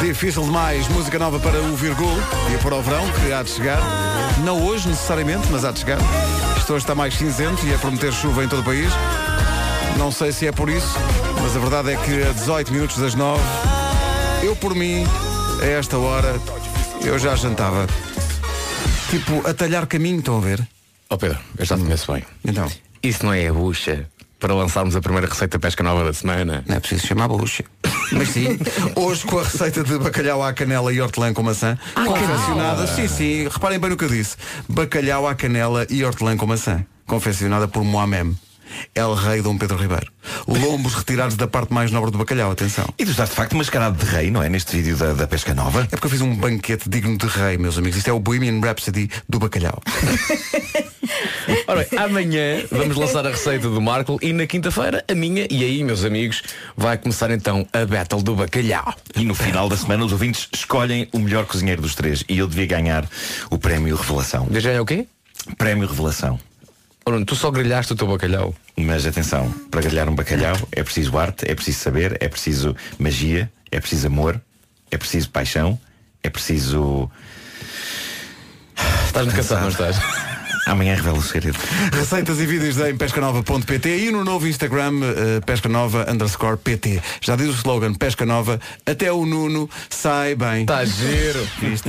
A: Difícil demais, música nova para o Virgul e para o verão, que há de chegar. Não hoje necessariamente, mas há de chegar. Isto hoje está mais cinzento e é prometer chuva em todo o país. Não sei se é por isso, mas a verdade é que a 18 minutos das 9, eu por mim, a esta hora, eu já jantava. Tipo, a talhar caminho, estão a ver?
F: Ó Pedro, eu já te conheço bem.
A: Então.
F: Isso não é a bucha para lançarmos a primeira receita de pesca nova da semana.
A: Não é preciso chamar bucha. Mas sim, hoje com a receita de bacalhau à canela e hortelã com maçã,
F: Ah, caramba.
A: confeccionada, sim, sim, reparem bem no que eu disse, bacalhau à canela e hortelã com maçã, confeccionada por Moamem, El Rei Dom Pedro Ribeiro. Lombos retirados da parte mais nobre do bacalhau, atenção.
K: E tu estás de facto mascarado de rei, não é? Neste vídeo da, da pesca nova.
A: É porque eu fiz um banquete digno de rei, meus amigos. Isto é o Bohemian Rhapsody do bacalhau.
F: Ora bem, amanhã vamos lançar a receita do Marco e na quinta-feira a minha e aí, meus amigos, vai começar então a Battle do Bacalhau.
K: E no final da semana os ouvintes escolhem o melhor cozinheiro dos três e eu devia ganhar o prémio Revelação.
F: Deixa é o quê? Oh,
K: Prémio Revelação.
F: Bruno, tu só grelhaste o teu bacalhau.
K: Mas atenção, para grelhar um bacalhau é preciso arte, é preciso saber, é preciso magia, é preciso amor, é preciso paixão, é preciso.
F: Estás-me cansado, não estás?
K: Amanhã revela o segredo.
A: Receitas e vídeos em pescanova.pt e no novo Instagram eh, pescanova underscore pt. Já diz o slogan Pesca Nova, até o Nuno sai bem. Está
F: Tá giro.
A: Viste?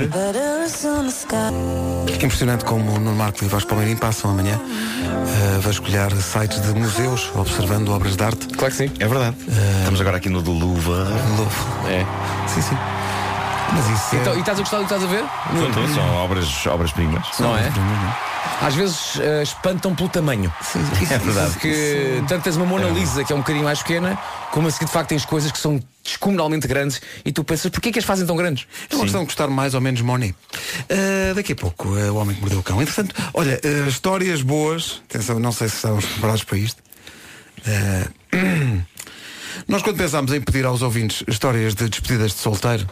A: Impressionante como o Nuno Marco e o Vasco Palmeirim passam amanhã eh, a vasculhar sites de museus, observando obras de arte.
F: Claro que sim.
K: É verdade. Estamos agora aqui no do Luva.
F: É.
A: Sim, sim. Mas isso é
F: Então, e estás a gostar do que estás a ver?
K: São, todos- são obras, obras primas.
F: Não é? Às vezes eh, espantam pelo tamanho.
K: É verdade.
F: Que tanto tens uma Mona Lisa que é um bocadinho mais pequena, como a seguir de facto tens coisas que são descomunalmente grandes e tu pensas, porquê que as fazem tão grandes?
A: É uma questão de gostar mais ou menos Moni. Uh, daqui a pouco, uh, o homem que mordeu o cão. Entretanto, olha, uh, histórias boas. Atenção, não sei se estamos preparados para isto. Uh, nós quando pensámos em pedir aos ouvintes histórias de despedidas de solteiro,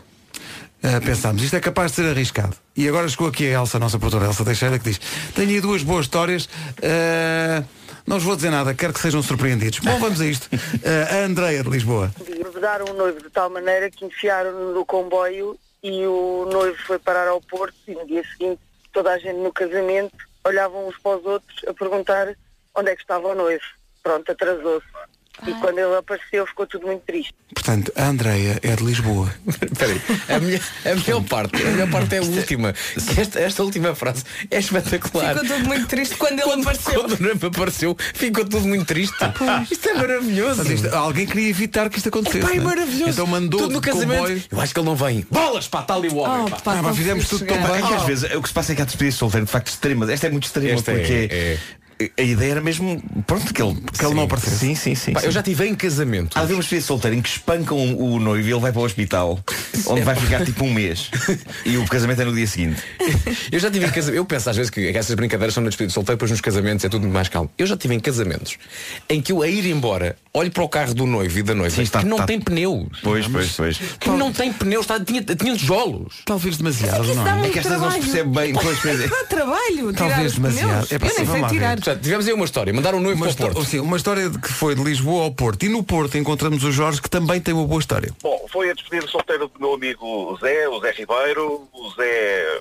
A: uh, pensámos, isto é capaz de ser arriscado. E agora chegou aqui a Elsa, a nossa produtora Elsa Teixeira, que diz, tenho aí duas boas histórias. uh, não vos vou dizer nada, quero que sejam surpreendidos. Bom, vamos a isto. Uh, a Andreia de Lisboa.
O: Envedaram o noivo de tal maneira que enfiaram-no no comboio e o noivo foi parar ao Porto e no dia seguinte toda a gente no casamento olhavam uns para os outros a perguntar onde é que estava o noivo. Pronto, atrasou-se. E quando ele apareceu ficou tudo muito triste.
A: Portanto, a Andreia é de Lisboa.
F: Peraí, a melhor, a melhor parte, a melhor parte é a última. Que Esta, esta última frase é espetacular.
D: Ficou tudo muito triste quando ele apareceu.
F: Quando o Nuno apareceu, ficou tudo muito triste. Isto é maravilhoso.
A: Mas isto- alguém queria evitar que isto acontecesse.
F: Epá, é
A: não é?
F: maravilhoso.
A: Então mandou
F: Tudo no
A: de
F: casamento.
A: comboio.
F: Eu acho que ele não vem. Bolas, pá, está ali o
D: Oh,
F: homem. pá.
K: Ah, mas fizemos tudo tão bem que às
F: Oh.
K: vezes o que se passa é que há despedidas de solteiro de facto extremas. Esta é muito extrema
F: Esta é-
K: porque a ideia era mesmo pronto que ele, que ele não aparecesse. Sim, sim, sim.
F: Pá, eu
K: sim.
F: já tive em casamento.
K: Há de haver uma despedida de solteiro em que espancam o noivo e ele vai para o hospital onde vai ficar tipo um mês e o casamento é no dia seguinte.
F: Eu já tive em casamento. Eu penso às vezes que essas brincadeiras são no despedido de solteiro, depois nos casamentos é tudo muito mais calmo. Eu já tive em casamentos em que eu a ir embora olho para o carro do noivo e da noiva que não tem pneus.
K: Pois, pois, pois.
F: Que não tem pneus, está, tinha, tinha tijolos.
A: Talvez demasiado,
D: Isso dá muito
K: É que estas não se
D: trabalho.
K: percebe bem, pois, pois é.
D: Dá trabalho. tirar
A: Talvez
D: os
A: demasiado.
D: pneus.
A: É
D: Eu nem
A: possível,
D: sei
A: vá ver.
D: tirar.
F: Portanto, tivemos aí uma história. Mandaram um noivo
A: Uma,
F: para o
A: histó-
F: Porto.
A: sim, uma história de que foi de Lisboa ao Porto. E no Porto encontramos o Jorge, que também tem uma boa história.
P: Bom, foi a despedida de solteiro do meu amigo Zé, o Zé Ribeiro, o Zé,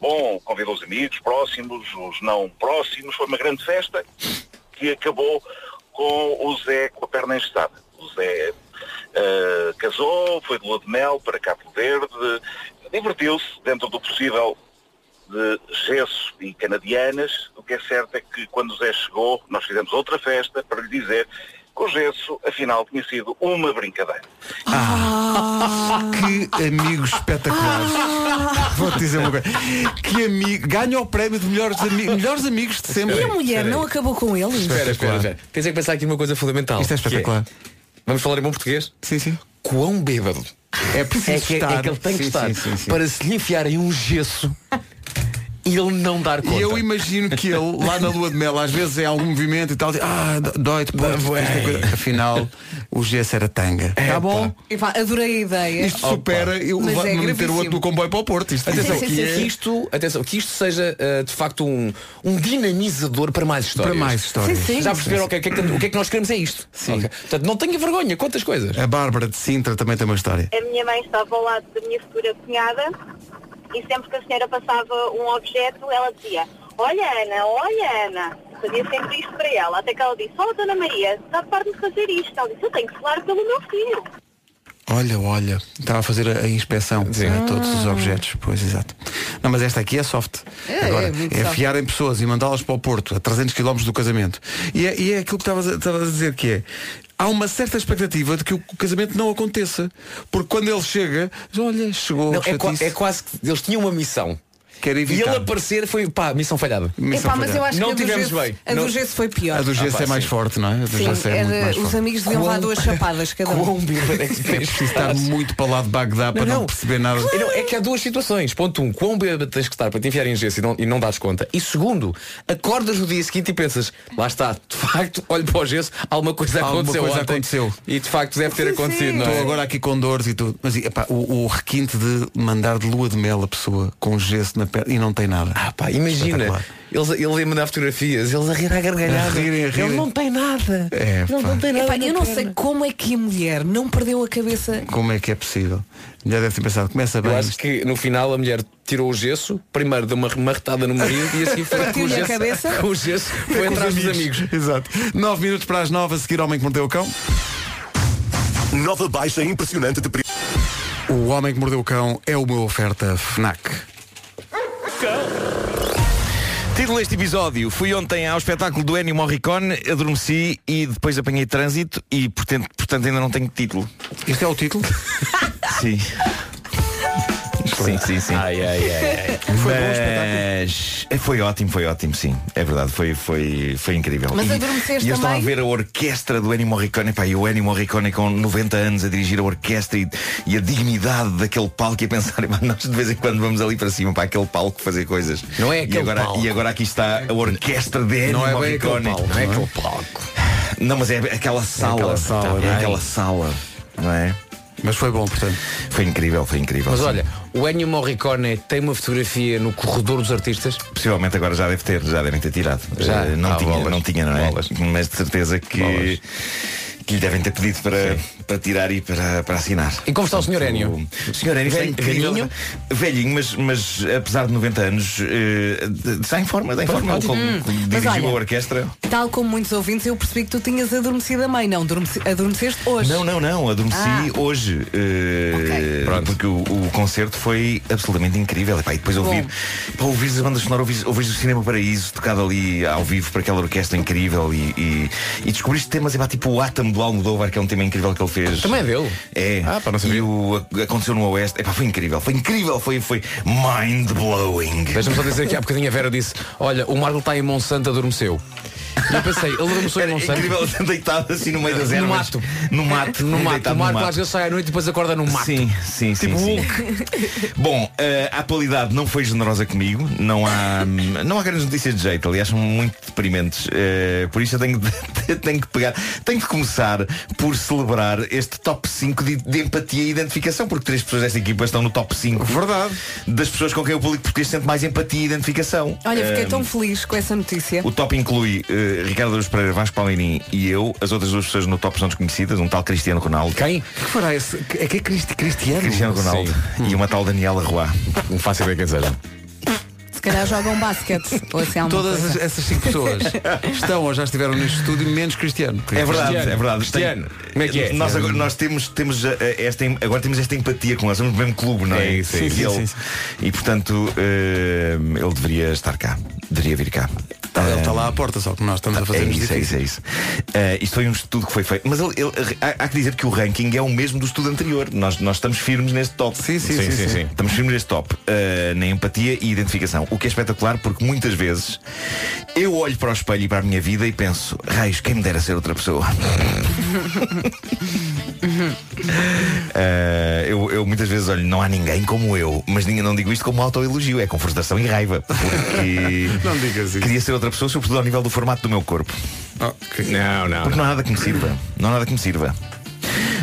P: bom, convidou os amigos próximos, os não próximos, foi uma grande festa que acabou com o Zé com a perna engessada. O Zé ah, casou, foi de lua de mel para Cabo Verde, divertiu-se dentro do possível de gesso e canadianas. O que é certo é que quando o Zé chegou, nós fizemos outra festa para lhe dizer que o gesso, afinal, tinha sido uma brincadeira.
A: Que amigos espetaculares. Vou-te dizer uma coisa. Que amigo. Ganha o prémio de melhores, ami- melhores amigos de sempre.
F: é
D: E a mulher não acabou com eles?
F: Espera, espera, espera. Tens é que pensar aqui numa coisa fundamental. Isto é
A: espetacular.
F: Vamos falar em bom português?
A: Sim, sim.
F: Quão bêbado.
A: É preciso
F: é que,
A: estar.
F: É que ele tem que
A: Sim,
F: estar
A: sim, sim, sim.
F: para se lhe enfiarem um gesso e ele não dar conta.
A: E eu imagino que ele, lá na lua de mel, às vezes é algum movimento e tal, diz, ah, dó- dói-te, pô, isto é coisa." afinal, o gesso era tanga. Tá bom?
D: E pá, adorei a ideia.
A: Isto supera, eu
D: É. Mas
A: vou
D: é
A: meter o
D: gravíssimo.
A: outro do comboio para o Porto. Isto,
F: Atenção,
A: isto
F: que,
A: aqui é-
F: isto, atenção, que isto seja eh, de facto um, um dinamizador para mais histórias.
A: Para mais histórias. Sim, sim.
F: Já perceberam ok, o, que é que, o que é que nós queremos é isto. Ok. Portanto, não tenha vergonha, quantas coisas.
A: A Bárbara de Sintra também tem uma história.
Q: A minha mãe estava ao lado da minha futura cunhada e sempre que a senhora passava um objeto, ela dizia, olha Ana, olha Ana. Fazia sempre isto para ela, até que ela disse, oh Dona Maria, está par de fazer isto. Ela disse, eu tenho que falar pelo meu filho.
A: Olha, olha, estava a fazer a a inspeção a todos os objetos. Pois, exato. Não, mas esta aqui é soft.
D: É,
A: Agora,
D: é muito
A: é
D: soft.
A: afiar em pessoas e mandá-las para o Porto, a 300 km do casamento. E é, e é aquilo que estavas a, estavas a dizer que é. Há uma certa expectativa de que o casamento não aconteça. Porque quando ele chega, diz, olha, chegou.
F: Não, é, qua-
A: chatice.
F: é quase que eles tinham uma missão.
A: Quero
F: e
A: evitar.
F: ele aparecer foi, pá, missão falhada.
D: Epá, mas eu acho
F: não
D: que a do
F: tivemos
D: gesso-
F: bem.
D: A
F: Não-
D: do gesso foi pior.
A: A do
F: Ah,
A: gesso é mais forte, não é? A do
D: Sim,
A: gesso é
D: era-
A: muito mais
D: os
A: forte.
D: amigos deviam lá duas chapadas cada um.
A: É preciso estar muito para lá de Bagdá para não, perceber nada.
F: É, não, é que há duas situações. Ponto um, quão bêbado tens que estar para te enfiar em gesso e não, e não dás conta. E segundo, acordas no dia seguinte e pensas, lá está, de facto, olho para o gesso, alguma coisa
A: Alguma
F: aconteceu
A: coisa
F: ontem.
A: aconteceu.
F: E de facto deve ter acontecido, não
A: Estou
F: é?
A: agora aqui com dores e tudo. Mas epá, o, o requinte de mandar de lua de mel a pessoa com gesso na perna e não tem nada. Ah,
F: Pá, imagina, eles, ele ia mandar fotografias, eles a rir à gargalhada.
A: A rirem, a rirem.
F: Ele não tem nada.
A: É,
F: Ele não
A: pá.
F: tem nada. né?
D: Epá,
F: na
D: eu não
F: perna.
D: sei como é que a mulher não perdeu a cabeça.
A: Como é que é possível? Já deve ter pensado, começa bem.
F: Eu acho que no final a mulher tirou o gesso, primeiro deu uma marretada no marido e assim foi com o
D: Partiu-lhe a
F: gesso.
D: cabeça?
F: Com o gesso, foi
A: Com os
F: atrás dos amigos.
A: Exato. 9 minutos para as 9, a seguir Homem que Mordeu o Cão.
N: Nova baixa impressionante de preço.
A: O Homem que Mordeu o Cão é uma oferta FNAC.
K: Título deste episódio Fui ontem ao espetáculo do Ennio Morricone Adormeci e depois apanhei trânsito E portanto, portanto ainda não tenho título
A: Este é o título?
K: Sim Sim, sim, sim.
A: Foi bom o
K: Mas É, foi ótimo, foi ótimo, sim. É verdade, foi, foi, foi incrível.
D: Mas
K: e,
D: adormeceste
K: e eu estava a
D: também?
K: ver a orquestra do Ennio Morricone, pá, e o Ennio Morricone com 90 anos a dirigir a orquestra e, e a dignidade daquele palco e a pensar, "Pá, nós de vez em quando vamos ali para cima para aquele palco fazer coisas.
F: Não é
K: e
F: aquele
K: agora,
F: palco.
K: e agora aqui está a orquestra de Ennio
F: Não é bem aquele
K: Morricone.
F: palco, não é aquele
K: palco. Não, mas é aquela sala.
A: aquela sala,
K: é
A: não é?
K: aquela sala, não é?
A: Mas foi bom, portanto.
K: Foi incrível, foi incrível.
F: Mas
K: sim.
F: olha, o Ennio Morricone tem uma fotografia no corredor dos artistas.
K: Possivelmente agora já deve ter, já devem ter tirado.
F: Já?
K: Eh, não,
F: Ah,
K: tinha,
F: bolas.
K: não tinha, não é? Mas de certeza que, que lhe devem ter pedido para, para tirar e para, para assinar.
F: E como está o Sr. Ennio?
K: O Sr. Ennio
F: Velho-
K: está é incrível.
F: velhinho?
K: Velhinho, mas, mas apesar de 90 anos, eh, de- está em forma, está em
F: Pois,
K: forma.
F: ótimo.
K: Ele
D: Hum.
K: como- como
D: Mas
K: Dirigiu
D: olha-
K: a orquestra.
D: Tal como muitos ouvintes, eu percebi que tu tinhas adormecido a mãe. Não, adormeci- adormeceste hoje.
K: Não, não, não, adormeci
D: Ah.
K: hoje. eh, Porque o, o concerto foi absolutamente incrível. Epá, E depois ouvir, pá, ouvir as bandas sonoras, ouvir, ouvir o Cinema Paraíso tocado ali ao vivo para aquela orquestra incrível e, e, e descobriste temas, epá, tipo o Átomo do Almodóvar, que é um tema incrível que ele fez.
F: Também é dele.
K: É. Ah, para não saber. E o a- aconteceu no Oeste. Epá, foi incrível, foi incrível, foi, foi mind blowing.
F: Deixa-me só dizer que há bocadinho a Vera disse, olha, o Marco está em Monsanto, adormeceu. E eu pensei, ele adormeceu e não sei.
K: incrível, deitado assim no meio das
F: No
K: ervas.
F: mato.
K: No mato.
F: No mato.
K: deitado
F: O
K: no
F: Marco
K: mato.
F: às vezes sai à noite e depois acorda no mato.
K: Sim, sim,
F: Tipo
K: sim.
F: Hulk.
K: Bom, eh, a atualidade não foi generosa comigo, não há, hum, não há grandes notícias de jeito, aliás, são muito deprimentes. Eh, por isso eu tenho, de- tenho que pegar, tenho que começar por celebrar este top 5 de, de empatia e identificação, porque três pessoas desta equipa estão no top 5
A: Verdade.
K: das pessoas com quem o público português sente mais empatia e identificação.
D: Olha, fiquei
K: Eh,
D: tão feliz com essa notícia.
K: o top inclui eh, Ricardo Aruz Pereira, Vasco Palmeirim e eu. As outras duas pessoas no top são desconhecidas, um tal Cristiano Ronaldo.
F: Quem?
A: que fará esse? É que é Cristi- Cristiano?
K: Cristiano Ronaldo. E uma tal Daniela Roy.
F: Não faço ideia quem seja.
D: Se calhar jogam basquete. Ou assim, há alguma
A: Todas
D: coisa.
A: as- essas cinco pessoas estão ou já estiveram neste estúdio, menos Cristiano.
K: É verdade,
A: Cristiano.
K: é verdade.
A: Cristiano.
K: Tem-
A: Como é que é?
K: Nós, agora, nós temos, temos eh, esta, em- agora temos esta empatia com ele, somos do mesmo clube, não é?
F: É isso, é
K: e,
F: isso.
K: ele- e, portanto, eh, ele deveria estar cá, deveria vir cá.
A: Ele está lá à porta, só que nós estamos a fazer
K: É
A: nos
K: isso, é
A: difíceis.
K: isso, é isso. Eh, isto foi um estudo que foi feito. Mas ele- ele- há, há que dizer que o ranking é o mesmo do estudo anterior. Nós, nós estamos firmes neste top.
A: sim, Sim, sim, sim, sim. sim.
K: Estamos firmes neste top. eh, na empatia e identificação. O que é espetacular porque muitas vezes eu olho para o espelho e para a minha vida e penso, raios, quem me dera ser outra pessoa. Eh, eu, eu muitas vezes olho, não há ninguém como eu, mas ninguém não digo isto como autoelogio, é com frustração e raiva. Porque
A: Não digas isso.
K: queria ser outra pessoa, sobretudo ao nível do formato do meu corpo.
F: Não, não.
K: Porque não há nada que me sirva. Não há nada que me sirva.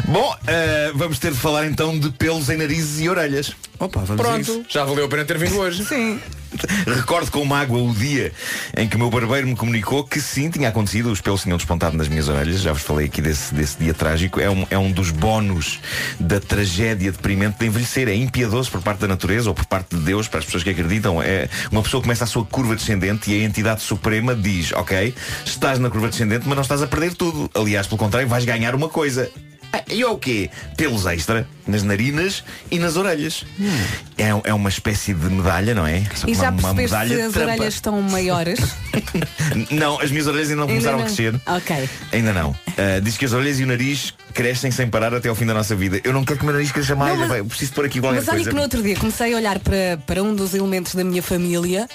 K: Bom, eh, vamos ter de falar então de pelos em narizes e orelhas.
A: Opa, vamos
K: Pronto.
F: Já valeu a pena ter vindo hoje.
D: Sim.
K: Recordo com mágoa o dia em que o meu barbeiro me comunicou que sim, tinha acontecido, os pelos tinham despontado nas minhas orelhas, já vos falei aqui desse, desse dia trágico, é um, é um dos bónus da tragédia deprimente de envelhecer, é impiedoso por parte da natureza ou por parte de Deus, para as pessoas que acreditam, é uma pessoa começa a sua curva descendente e a entidade suprema diz, ok, estás na curva descendente, mas não estás a perder tudo, aliás, pelo contrário, vais ganhar uma coisa. Ah, E é o quê? Pelos extra, nas narinas e nas orelhas. É, é uma espécie de medalha, não é? Só que
D: E já
K: uma, uma
D: percebeste se
K: medalha de
D: as
K: trampa.
D: orelhas estão maiores?
K: Não, as minhas orelhas ainda não
D: Ainda
K: começaram
D: não. Ah.
K: a crescer.
D: Ok.
K: Ainda não. Ah, diz que as orelhas e o nariz crescem sem parar até ao fim da nossa vida. Eu não quero que o meu nariz cresça mais.
D: Não, mas-
K: epá, eu preciso pôr aqui qualquer
D: Mas olha
K: é coisa.
D: que no outro dia comecei a olhar para, para um dos elementos da minha família.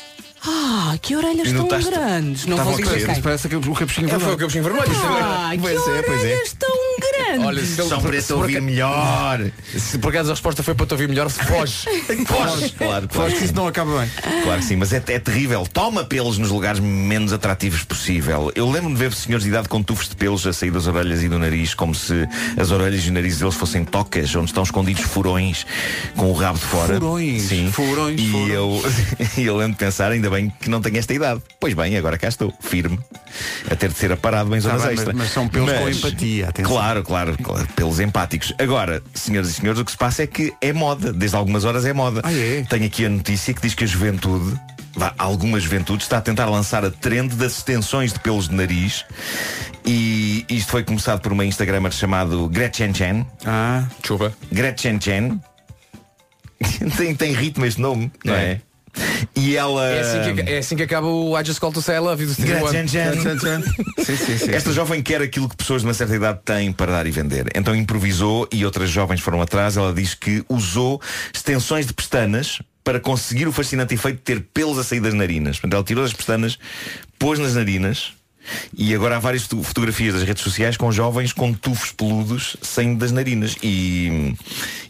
D: Ah, que orelhas
K: E não
D: tão
K: estás-
D: grandes. Não
K: Estava
D: vou
K: a
D: dizer
K: crescer,
D: quem.
A: Parece que o capuchinho
F: Ele
K: é
A: vermelho.
F: É, foi o capuchinho vermelho. isto
D: Ah,
F: agora.
D: que
K: Pois é, pois é.
D: orelhas tão grandes.
F: Olha, se ele
K: São para
F: se
K: te
F: por
K: ouvir
F: acaso-
K: melhor.
F: Se por acaso a resposta foi para te ouvir melhor, foge.
K: Claro, claro, claro.
A: Acho
K: que
A: que
K: sim.
A: isso não acaba bem.
K: Claro que sim, mas é, é terrível. Toma pelos nos lugares menos atrativos possível. Eu lembro-me de ver senhores de idade com tufos de pelos a sair das orelhas e do nariz, como se as orelhas e o nariz deles fossem tocas, onde estão escondidos furões com o rabo de fora.
A: Furões,
K: sim.
A: furões,
K: E
A: furões.
K: Eu, e eu lembro de pensar, ainda bem que não tenho esta idade. Pois bem, agora cá estou, firme, a ter de ser aparado em zonas
A: Tá bem, mas-
K: extra.
A: mas são pelos com empatia, atenção.
K: Claro, Claro, claro, claro, pelos empáticos. Agora, senhoras e senhores, o que se passa é que é moda, desde algumas horas é moda. Tenho aqui a notícia que diz que a juventude, vá, alguma juventude, está a tentar lançar a trend das extensões de pelos de nariz. E isto foi começado por uma Instagramer chamado Gretchen Chen.
A: Ah,
F: chupa.
K: Gretchen Chen. tem, tem ritmo este nome, não é? E ela.
F: É assim, que, é assim que acaba o I Just Call to Say I Love You do Stevie
K: Gretchen
F: Wonder.
K: Chen.
A: Sim, sim, sim.
K: Esta jovem quer aquilo que pessoas de uma certa idade têm para dar e vender. Então improvisou e outras jovens foram atrás. Ela diz que usou extensões de pestanas para conseguir o fascinante efeito de ter pelos a sair das narinas. Portanto, ela tirou as pestanas, pôs nas narinas. E agora há várias foto- fotografias das redes sociais com jovens com tufos peludos saindo das narinas. E,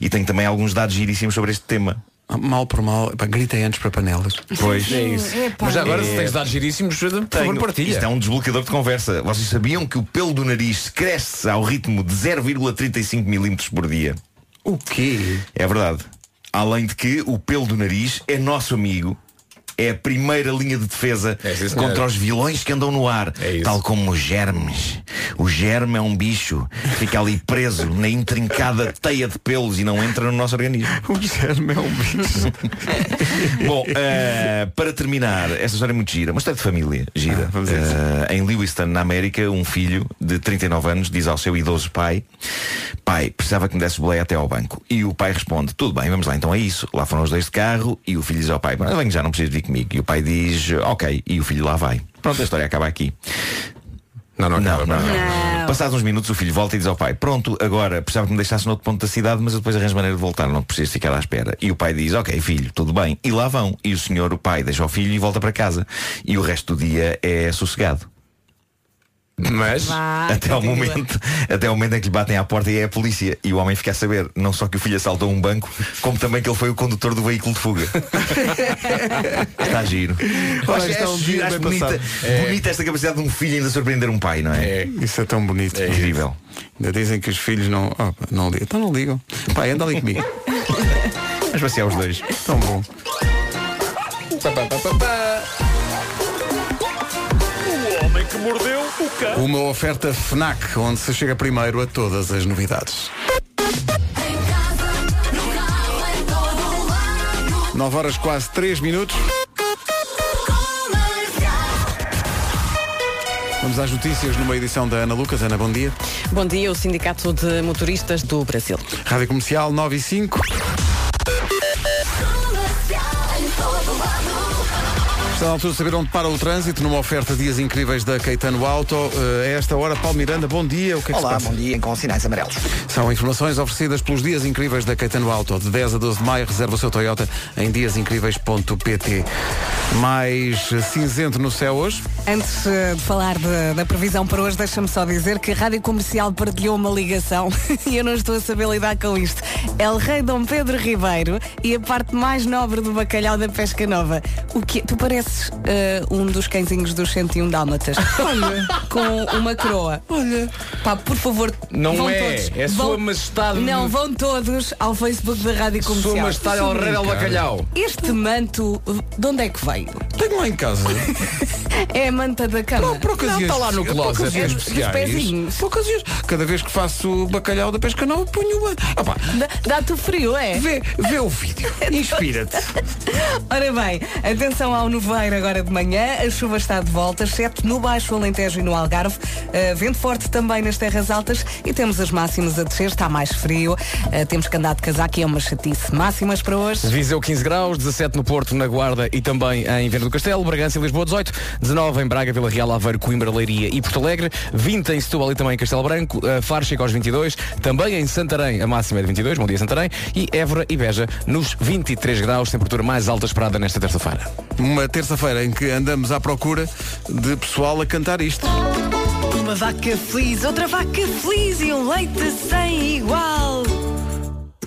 K: e tem também alguns dados giríssimos sobre este tema.
A: Ah, Mal por mal, pá, gritei antes para panelas.
K: Pois.
F: É isso.
D: Epá.
F: Mas já agora, se
K: É.
F: tens dados giríssimos, por favor,
K: Tenho.
F: partilha.
K: Isto é um desbloqueador de conversa. Vocês sabiam que o pelo do nariz cresce ao ritmo de 0,35 milímetros por dia?
A: O quê?
K: É verdade. Além de que o pelo do nariz é nosso amigo. É a primeira linha de defesa
F: É, sim, senhor.
K: contra os vilões que andam no ar,
F: É isso.
K: tal como os germes. O germe é um bicho que fica ali preso na intrincada teia de pelos e não entra no nosso organismo.
A: O Guilherme é um bicho.
K: Bom, eh, para terminar, esta história é muito gira, uma história de família gira. Eh, em Lewiston, na América, um filho de 39 anos diz ao seu idoso pai, pai, precisava que me desse boleia até ao banco. E o pai responde, tudo bem, vamos lá, então é isso. Lá foram os dois de carro e o filho diz ao pai, mas venho já, não precisas vir comigo. E o pai diz, ok, e o filho lá vai. Pronto, a história acaba aqui.
F: Não, não,
K: Ah, Não, não,
D: não.
K: não. Passados uns minutos o filho volta e diz ao pai Pronto, agora precisava que me deixasse noutro ponto da cidade Mas eu depois arranjo maneira de voltar, não preciso ficar à espera E o pai diz, ok filho, tudo bem E lá vão, e o senhor, o pai, deixa o filho e volta para casa E o resto do dia é sossegado Mas
D: Ah,
M: Vá,
K: até ao
M: continua.
K: momento, até ao momento em que lhe batem à porta e é a polícia e o homem fica a saber não só que o filho assaltou um banco, como também que ele foi o condutor do veículo de fuga. Está giro.
A: Ora,
K: acho
A: isto é um
K: acho
A: dia
K: giro, acho
A: bem
K: bonita,
A: passado. É.
K: bonita esta capacidade de um filho ainda surpreender um pai, não é?
A: Isso é tão bonito. É
K: incrível.
A: Ainda dizem que os filhos não. Oh, pá, não ligam. Então não ligam. Pai, anda ali comigo.
K: Mas vai ser aos dois.
A: Tão Então, bom.
J: O homem que mordeu o cão.
A: Uma oferta FNAC, onde se chega primeiro a todas as novidades. 9 horas quase 3 minutos. Vamos às notícias numa edição da Ana Lucas. Ana, bom dia.
M: Bom dia, o Sindicato de Motoristas do Brasil.
A: Rádio Comercial 9 e 5. Está na altura de saber onde para o trânsito numa oferta Dias Incríveis da Caetano Auto. Eh, A esta hora, Paulo Miranda, bom dia. O que é que
L: Olá,
A: se
L: bom
A: passa?
L: dia, com sinais amarelos.
A: São informações oferecidas pelos Dias Incríveis da Caetano Auto. De 10 a 12 de maio, reserva o seu Toyota em diasincríveis.pt. Mais eh, cinzento no céu hoje.
D: Antes eh, de falar de- da previsão para hoje, deixa-me só dizer que a Rádio Comercial partilhou uma ligação e eu não estou a saber lidar com isto. É o rei Dom Pedro Ribeiro e a parte mais nobre do bacalhau da pesca nova. O que Tu pareces eh, um dos cãezinhos dos 101 dálmatas. Olha. com uma coroa. Olha. Pá, por favor,
F: Não
D: vão
F: é.
D: todos.
F: É
D: vão...
F: Sua Majestade-
D: Não, vão todos ao Facebook da Rádio Comercial.
F: Sua Majestade ao rei do bacalhau.
D: Este manto, de onde é que veio?
A: Tenho lá em casa.
D: É a manta da cama. Não, tá
A: ocasiões- para ocasiões
D: É dos pezinhos.
A: Por ocasiões. Cada vez que faço bacalhau da pesca nova, ponho uma. Ah, pá,
D: Dá-te o frio, é?
A: Vê, vê o vídeo. Inspira-te.
D: Ora bem, atenção ao nevoeiro agora de manhã. A chuva está de volta, exceto no Baixo Alentejo e no Algarve. Uh, vento forte também nas terras altas e temos as máximas a descer. Está mais frio. Uh, temos que andar de casaco e é uma chatice. Máximas para hoje.
F: Viseu 15 graus, 17 no Porto, na Guarda e também em Viana do Castelo, Bragança e Lisboa 18, 19 em Braga, Vila Real, Aveiro, Coimbra, Leiria e Porto Alegre, 20 em Setúbal e também em Castelo Branco, eh, Faro chega aos 22, também em Santarém a máxima é de 22, bom dia Santarém, e Évora e Beja nos 23 graus, temperatura mais alta esperada nesta terça-feira.
A: Uma terça-feira em que andamos à procura de pessoal a cantar isto.
B: Uma vaca feliz, outra vaca feliz e um leite sem igual.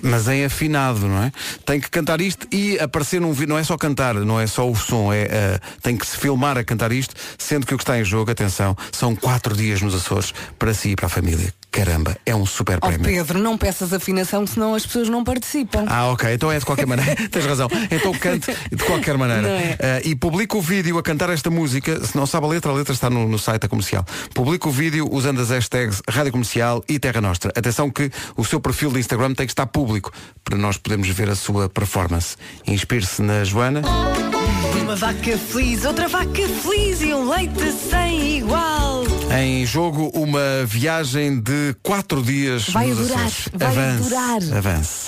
A: Mas em afinado, não é? Tem que cantar isto e aparecer num vídeo. Não é só cantar, não é só o som, é ah, tem que se filmar a cantar isto, sendo que o que está em jogo, atenção, são quatro dias nos Açores para si e para a família. Caramba, é um super
D: Oh,
A: prémio.
D: Pedro, não peças afinação, senão as pessoas não participam.
A: Ah, ok, então é de qualquer maneira. Tens razão. Então cante de qualquer maneira.
D: Não é?
A: Eh, e publica o vídeo a cantar esta música. Se não sabe a letra, a letra está no, no site da comercial. Publica o vídeo usando as hashtags Rádio Comercial e Terra Nostra. Atenção que o seu perfil de Instagram tem que estar público para nós podermos ver a sua performance. Inspire-se na Joana.
B: Uma vaca feliz, outra vaca feliz e um leite sem igual.
A: Em jogo, uma viagem de quatro dias.
B: Vai
A: nos
B: durar,
A: Açores.
B: vai
A: avance,
B: durar.
A: Avance.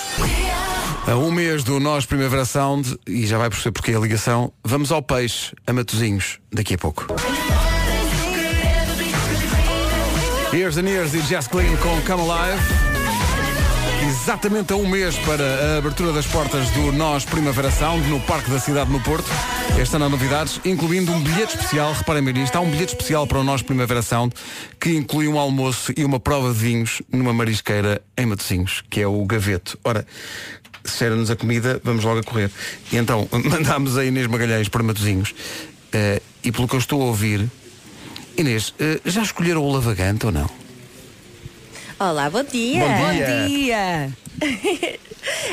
A: A um mês do Nós Primavera Sound, e já vai perceber porque a ligação, vamos ao peixe, a Matozinhos, daqui a pouco. Years and Years e Jess Clean com Come Alive. Exatamente a um mês para a abertura das portas do Nós Primavera Sound no Parque da Cidade no Porto. Este ano há novidades, incluindo um bilhete especial. Reparem bem nisto, há um bilhete especial para o Nós Primavera Sound que inclui um almoço e uma prova de vinhos numa marisqueira em Matosinhos, que é o Gaveto. Ora, cheira-nos a comida, vamos logo a correr. E então, mandámos a Inês Magalhães para Matosinhos. Eh, e pelo que eu estou a ouvir, Inês, eh, já escolheram o lavagante ou não?
R: Olá, bom dia.
A: É. Bom dia. Bom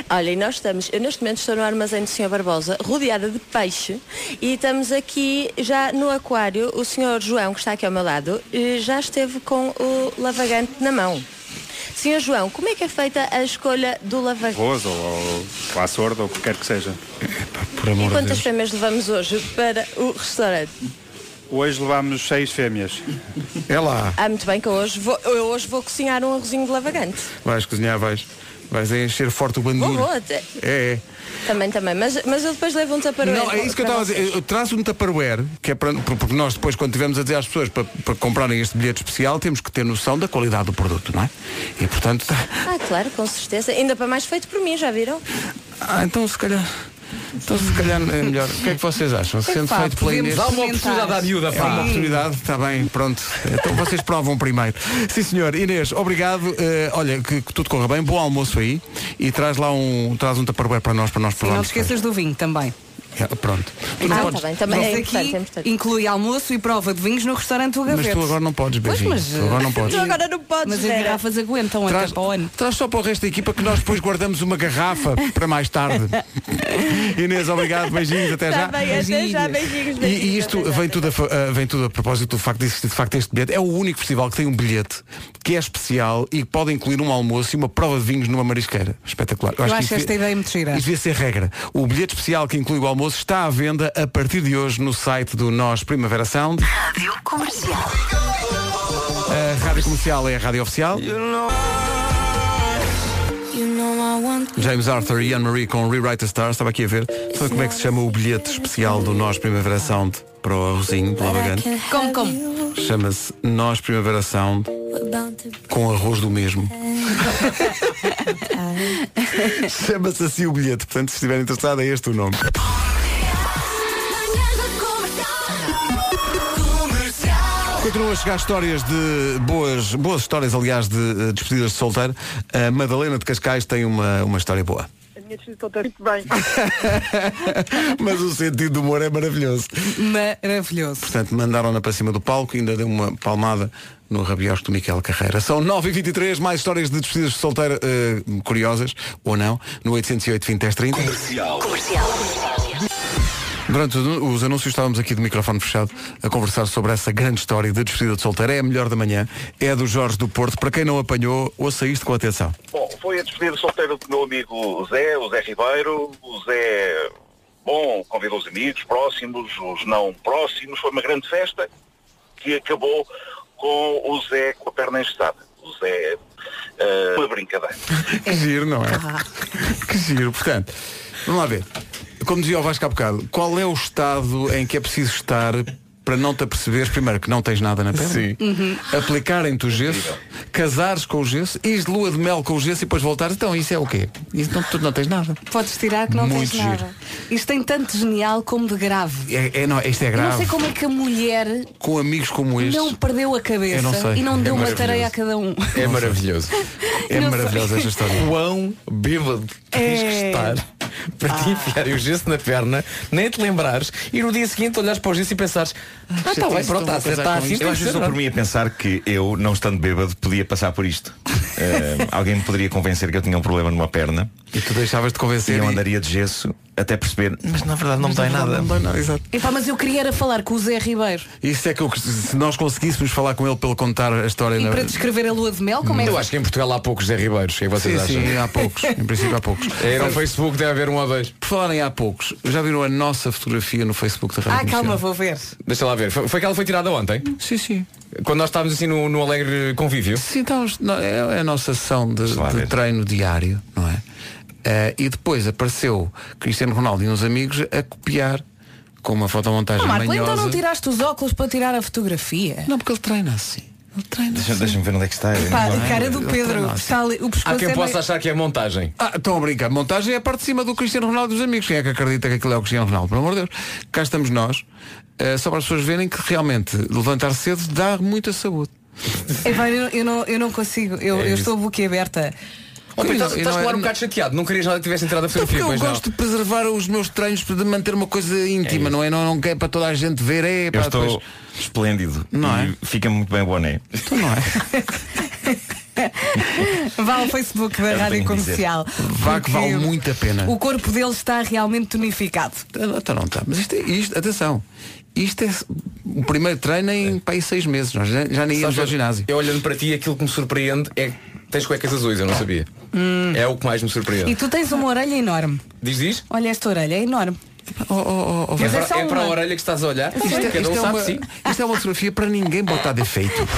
R: Olha, e nós estamos, eu neste momento estou no armazém do Sr. Barbosa, rodeada de peixe, e estamos aqui já no aquário. O Sr. João, que está aqui ao meu lado, eh, já esteve com o lavagante na mão. Sr. João, como é que é feita a escolha do lavagante?
S: Rosa ou ou à sorda ou o que quer que seja.
A: Por
R: E quantas fêmeas levamos hoje para o restaurante?
S: Hoje levámos seis fêmeas.
A: É lá.
R: Ah, muito bem, que eu hoje vou, eu hoje vou cozinhar um arrozinho de lavagante.
A: Vais cozinhar, vais. Vais a encher forte o
R: Vou,
A: bandulho.
R: vou até.
A: É, é.
R: Também, também. Mas, mas eu depois levo um taparoeiro.
A: Não, é isso que eu estava a dizer. Eu trazo um Tupperware, que é para, porque nós depois, quando tivermos a dizer às pessoas para, para comprarem este bilhete especial, temos que ter noção da qualidade do produto, não é? E portanto, tá-
R: Ah, claro, com certeza. Ainda para mais feito por mim, já viram?
A: ah, então se calhar. Então se calhar é melhor. O que é que vocês acham?
D: Epá,
A: Sendo feito pela
D: podemos
A: Inês.
D: Dá uma oportunidade à miúda,
A: É uma
D: pá.
A: oportunidade, está bem, pronto. Então vocês provam primeiro. Sim senhor, Inês, obrigado. Eh, olha, que, que tudo corra bem, bom almoço aí e traz lá um. Traz um tupperware para nós, para nós
D: E não te
A: provarmos.
D: esqueças do vinho também.
A: É, pronto. Tu não
D: Ah,
A: podes-
D: tá bem,
R: também
D: mas
R: é
D: aqui
R: importante, é importante.
D: inclui almoço e prova de vinhos no restaurante do
A: Mas
D: Gavete.
A: tu agora não podes,
D: Pois,
A: beijinho.
D: mas, eh,
A: Tu agora não podes.
D: Tu agora não podes, Mas as
R: Vera.
D: garrafas aguentam até
A: Traz,
D: para o ano.
A: traz só para o resto da equipa que nós depois guardamos uma garrafa para mais tarde. Inês, obrigado, beijinhos, até já.
D: Tá
A: E, e isto vem tudo, a, fa- ah, vem tudo a propósito do facto de existir de facto este bilhete. É o único festival que tem um bilhete que é especial e que pode incluir um almoço e uma prova de vinhos numa marisqueira. Espetacular.
D: Eu acho
A: isto
D: esta
A: devia-
D: ideia muito gira.
A: Isto devia ser regra. O bilhete especial que inclui o almoço está à venda a partir de hoje no site do Nós Primavera Sound.
E: Rádio comercial.
A: A rádio comercial é a rádio oficial. James Arthur e Anne-Marie com Rewrite the Stars, estava aqui a ver. Sabe como é que se chama o bilhete especial do Nós Primavera Sound para o arrozinho de Lavagante?
D: Como, como?
A: Chama-se Nós Primavera Sound com arroz do mesmo. Chama-se assim o bilhete, portanto, se estiver interessado, é este o nome. Continuam a chegar histórias de boas, boas histórias, aliás, de eh, despedidas de solteiro. A Madalena de Cascais tem uma, uma história boa.
O: A minha despedida está muito bem.
A: Mas o sentido do humor é maravilhoso.
D: Maravilhoso.
A: Portanto, mandaram-na para cima do palco e ainda deu uma palmada no rabiós do Miquel Carreira. São 9h23, mais histórias de despedidas de solteiro eh, curiosas, ou não, no 808 20 10 30. Durante os anúncios estávamos aqui de microfone fechado a conversar sobre essa grande história de despedida de solteiro. É a melhor da manhã, é a do Jorge do Porto. Para quem não apanhou, ouça isto com atenção.
P: Bom, foi a despedida solteira do meu amigo Zé, o Zé Ribeiro, o Zé, bom, convidou os amigos próximos, os não próximos, foi uma grande festa que acabou com o Zé com a perna engestada. O Zé, eh, uma brincadeira.
A: Que giro, não é?
D: Ah.
A: Que giro, portanto, vamos lá ver. Como dizia o Vasco há bocado, qual é o estado em que é preciso estar para não te aperceberes, primeiro, que não tens nada na pele, Sim. aplicarem-te o gesso, casares com o gesso, ires de lua de mel com o gesso e depois voltares. Então, isso é o quê? Isso não, tu não tens nada.
D: Podes tirar que não
A: Muito
D: tens
A: giro.
D: nada. Isto tem tanto de genial como de grave.
A: É, é, não, isto é
D: Eu
A: grave.
D: Não sei como é que a mulher
A: Com amigos como este.
D: não perdeu a
A: Eu
D: cabeça
A: não sei.
D: e não
A: É
D: deu uma
A: maravilhoso.
D: tareia a cada um.
A: É maravilhoso. É
D: Não
A: maravilhosa
D: sei.
A: esta história.
F: Quão bêbado tens que
D: É.
F: estar para te enfiarem o gesso na perna, nem te lembrares e no dia seguinte olhares para o gesso e pensares, ah, está bem, pronto, está a acertar assim.
K: Eu
F: tem
K: às
F: que ser,
K: vezes dou por
F: não é?"
K: mim a pensar que eu, não estando bêbado, podia passar por isto. Eh, alguém me poderia convencer que eu tinha um problema numa perna.
A: E tu deixavas de convencer.
K: E eu andaria de gesso até perceber. Mas na verdade não me
A: na
K: dói
A: verdade
K: nada.
A: não me dói nada, exato.
D: Epá, mas eu queria era falar com o Zé Ribeiro.
A: Isso é que eu, se nós conseguíssemos falar com ele para ele contar a história
D: E
A: na
D: para descrever a lua de mel, como é que
F: Eu acho que em Portugal há poucos Zé Ribeiros, o que é que vocês
A: Sim,
F: acham? É,
A: sim, há poucos. Em princípio há poucos.
F: Era no Facebook, deve haver um ou dois.
A: Por falarem há poucos, já viram a nossa fotografia no Facebook da
D: Ah,
A: Rádio
D: calma,
A: Comercial?
D: vou ver.
F: Deixa lá ver. Foi, foi que ela foi tirada ontem?
A: Sim, sim.
F: Quando nós estávamos assim no, no alegre convívio?
A: Sim, então no- é é a nossa sessão de, de treino diário, não é? Eh, e depois apareceu Cristiano Ronaldo e uns amigos a copiar com uma fotomontagem
D: Ah, Marco,
A: manhosa.
D: então não tiraste os óculos para tirar a fotografia?
A: Não, porque ele treina assim.
K: Deixa- Deixa-me ver onde é que está. Eu
D: Pá,
K: não
D: a
K: lembro.
D: cara do Pedro. Está ali, o pescoço
F: Há quem
D: é
F: possa
D: meio-
F: achar que é montagem.
A: Ah, estão a brincar. Montagem é a parte de cima do Cristiano Ronaldo e dos amigos. Quem é que acredita que aquilo é o Cristiano Ronaldo? Pelo amor de Deus. Cá estamos nós, eh, só para as pessoas verem que realmente levantar cedo dá muita saúde.
D: Epá, eu, eu não, eu não consigo. Eu,
A: É
D: eu
A: isso.
D: estou boquiaberta.
F: Oh, Pedro,
A: Não,
F: estás
A: eu
F: estás
A: não-
F: claro um bocado chateado, não querias nada que tivesse entrado a
A: Então, porque
F: fotografia,
A: eu
F: pois não.
A: gosto de preservar os meus treinos de manter uma coisa íntima, não é? Não, não quer para toda a gente ver, é
K: Eu
A: para
K: estou
A: depois. Então
K: esplêndido.
A: Não
K: e Fica-me muito bem o boné.
A: é.
D: Vá ao Facebook da
K: Eu
D: Rádio
K: tenho que dizer.
D: Comercial.
A: Vá que vale
D: porque
A: muito a pena.
D: O corpo dele está realmente tonificado.
A: Então não está. Mas isto, é- isto- atenção, isto é o primeiro treino em para aí seis meses. Nós já, já nem íamos
F: Sabes,
A: ao ginásio.
F: É. Eu olhando para ti, aquilo que me surpreende é que tens cuecas azuis, eu
A: Ah.
F: não sabia.
D: Hum.
F: É o que mais me surpreende.
D: E tu tens uma orelha enorme.
F: Diz, diz?
D: Olha esta orelha, é enorme.
F: é
D: Mas é só
F: para, é para a
D: uma.
F: orelha que estás a olhar.
D: Isto
A: Isto é,
F: Cada
A: isto
F: um
A: é
F: sabe,
A: uma,
F: sim.
A: isto é uma fotografia para ninguém botar defeito.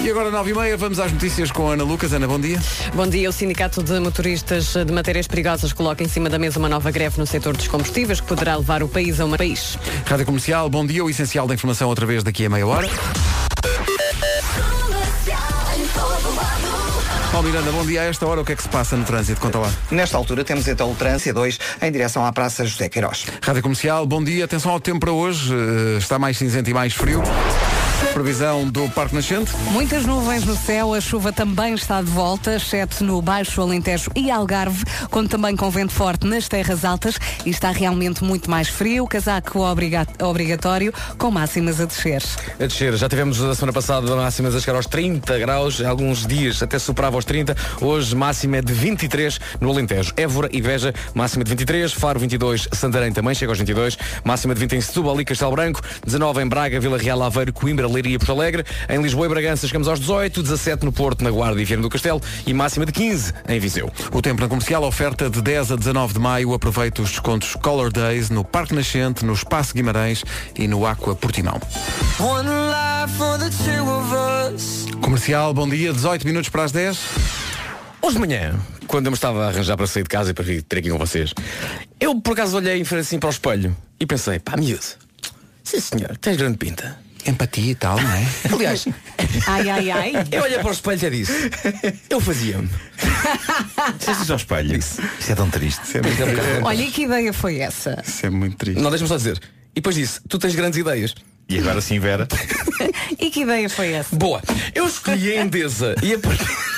A: E agora 9 e meia, vamos às notícias com a Ana Lucas. Ana, bom dia.
M: Bom dia. O Sindicato de Motoristas de Matérias Perigosas coloca em cima da mesa uma nova greve no setor dos combustíveis que poderá levar o país a um país.
A: Rádio Comercial, bom dia. O essencial da informação outra vez daqui a meia hora. Paulo Miranda, bom dia. A esta hora, o que é que se passa no trânsito? Conta lá.
L: Nesta altura temos então o Trânsito 2 em direção à Praça José Queiroz.
A: Rádio Comercial, bom dia. Atenção ao tempo para hoje. Eh, Está mais cinzento e mais frio. Previsão do Parque Nascente.
D: Muitas nuvens no céu, a chuva também está de volta, exceto no Baixo Alentejo e Algarve, quando também com vento forte nas terras altas e está realmente muito mais frio, casaco obriga- obrigatório, com máximas a descer.
F: A descer, É já tivemos a semana passada máximas a chegar aos 30 graus, alguns dias até superava os 30, hoje máxima é de 23 no Alentejo. Évora e Veja, máxima de 23, Faro 22, Santarém também chega aos 22, máxima de 20 em Setúbal e Castelo Branco, 19 em Braga, Vila Real, Aveiro, Coimbra, Leiria e Porto Alegre, em Lisboa e Bragança chegamos aos 18, 17 no Porto, na Guarda e Viana do Castelo e máxima de 15 em Viseu.
A: O tempo na comercial, oferta de 10 a 19 de maio. Aproveita os descontos Color Days no Parque Nascente, no Espaço Guimarães e no Aqua Portimão.
E: One life for the two of us.
A: Comercial, bom dia. 18 minutos para as 10.
F: Hoje de manhã, quando eu me estava a arranjar para sair de casa e para vir ter aqui com vocês, eu por acaso olhei assim para o espelho e pensei, pá, miúdo, sim senhor, tens grande pinta.
A: Empatia e tal, não é?
F: Aliás,
D: Ai, ai, ai.
F: eu olhei para o espelho e já disse, eu fazia-me.
K: Dizes ao espelho. Isso é tão triste.
D: Olha, e que ideia foi essa?
K: Isso é muito triste.
F: Não, deixa-me só dizer. E depois disse, tu tens grandes ideias.
K: E agora sim, Vera.
D: E que ideia foi essa?
F: Boa. Eu escolhi a Endesa e a partir...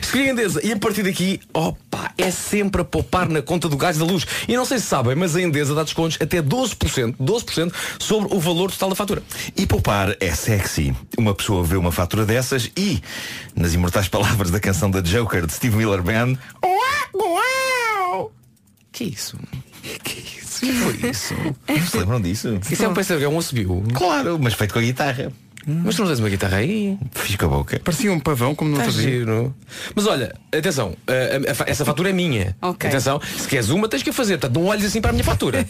F: Escolhi a Endesa e a partir daqui, opa, é sempre a poupar na conta do gás e da luz. E não sei se sabem, mas a Endesa dá descontos até 12%, 12% sobre o valor total da fatura.
K: E poupar é sexy. Uma pessoa vê uma fatura dessas e, nas imortais palavras da canção da Joker de Steve Miller Band, "Oh,
F: Que isso? Que isso?
K: Que foi isso? Não se lembram disso?
F: Isso é um PCB, é um subiu.
K: Claro, mas feito com a guitarra.
F: Mas tu não tens uma guitarra aí?
K: Fiz com a boca.
A: Parecia um pavão, como
F: Tá giro. Mas olha, atenção, a- a- a- essa fatura é minha.
D: Ok.
F: Atenção, se queres uma, tens que a fazer. Portanto, não olhes assim para a minha fatura.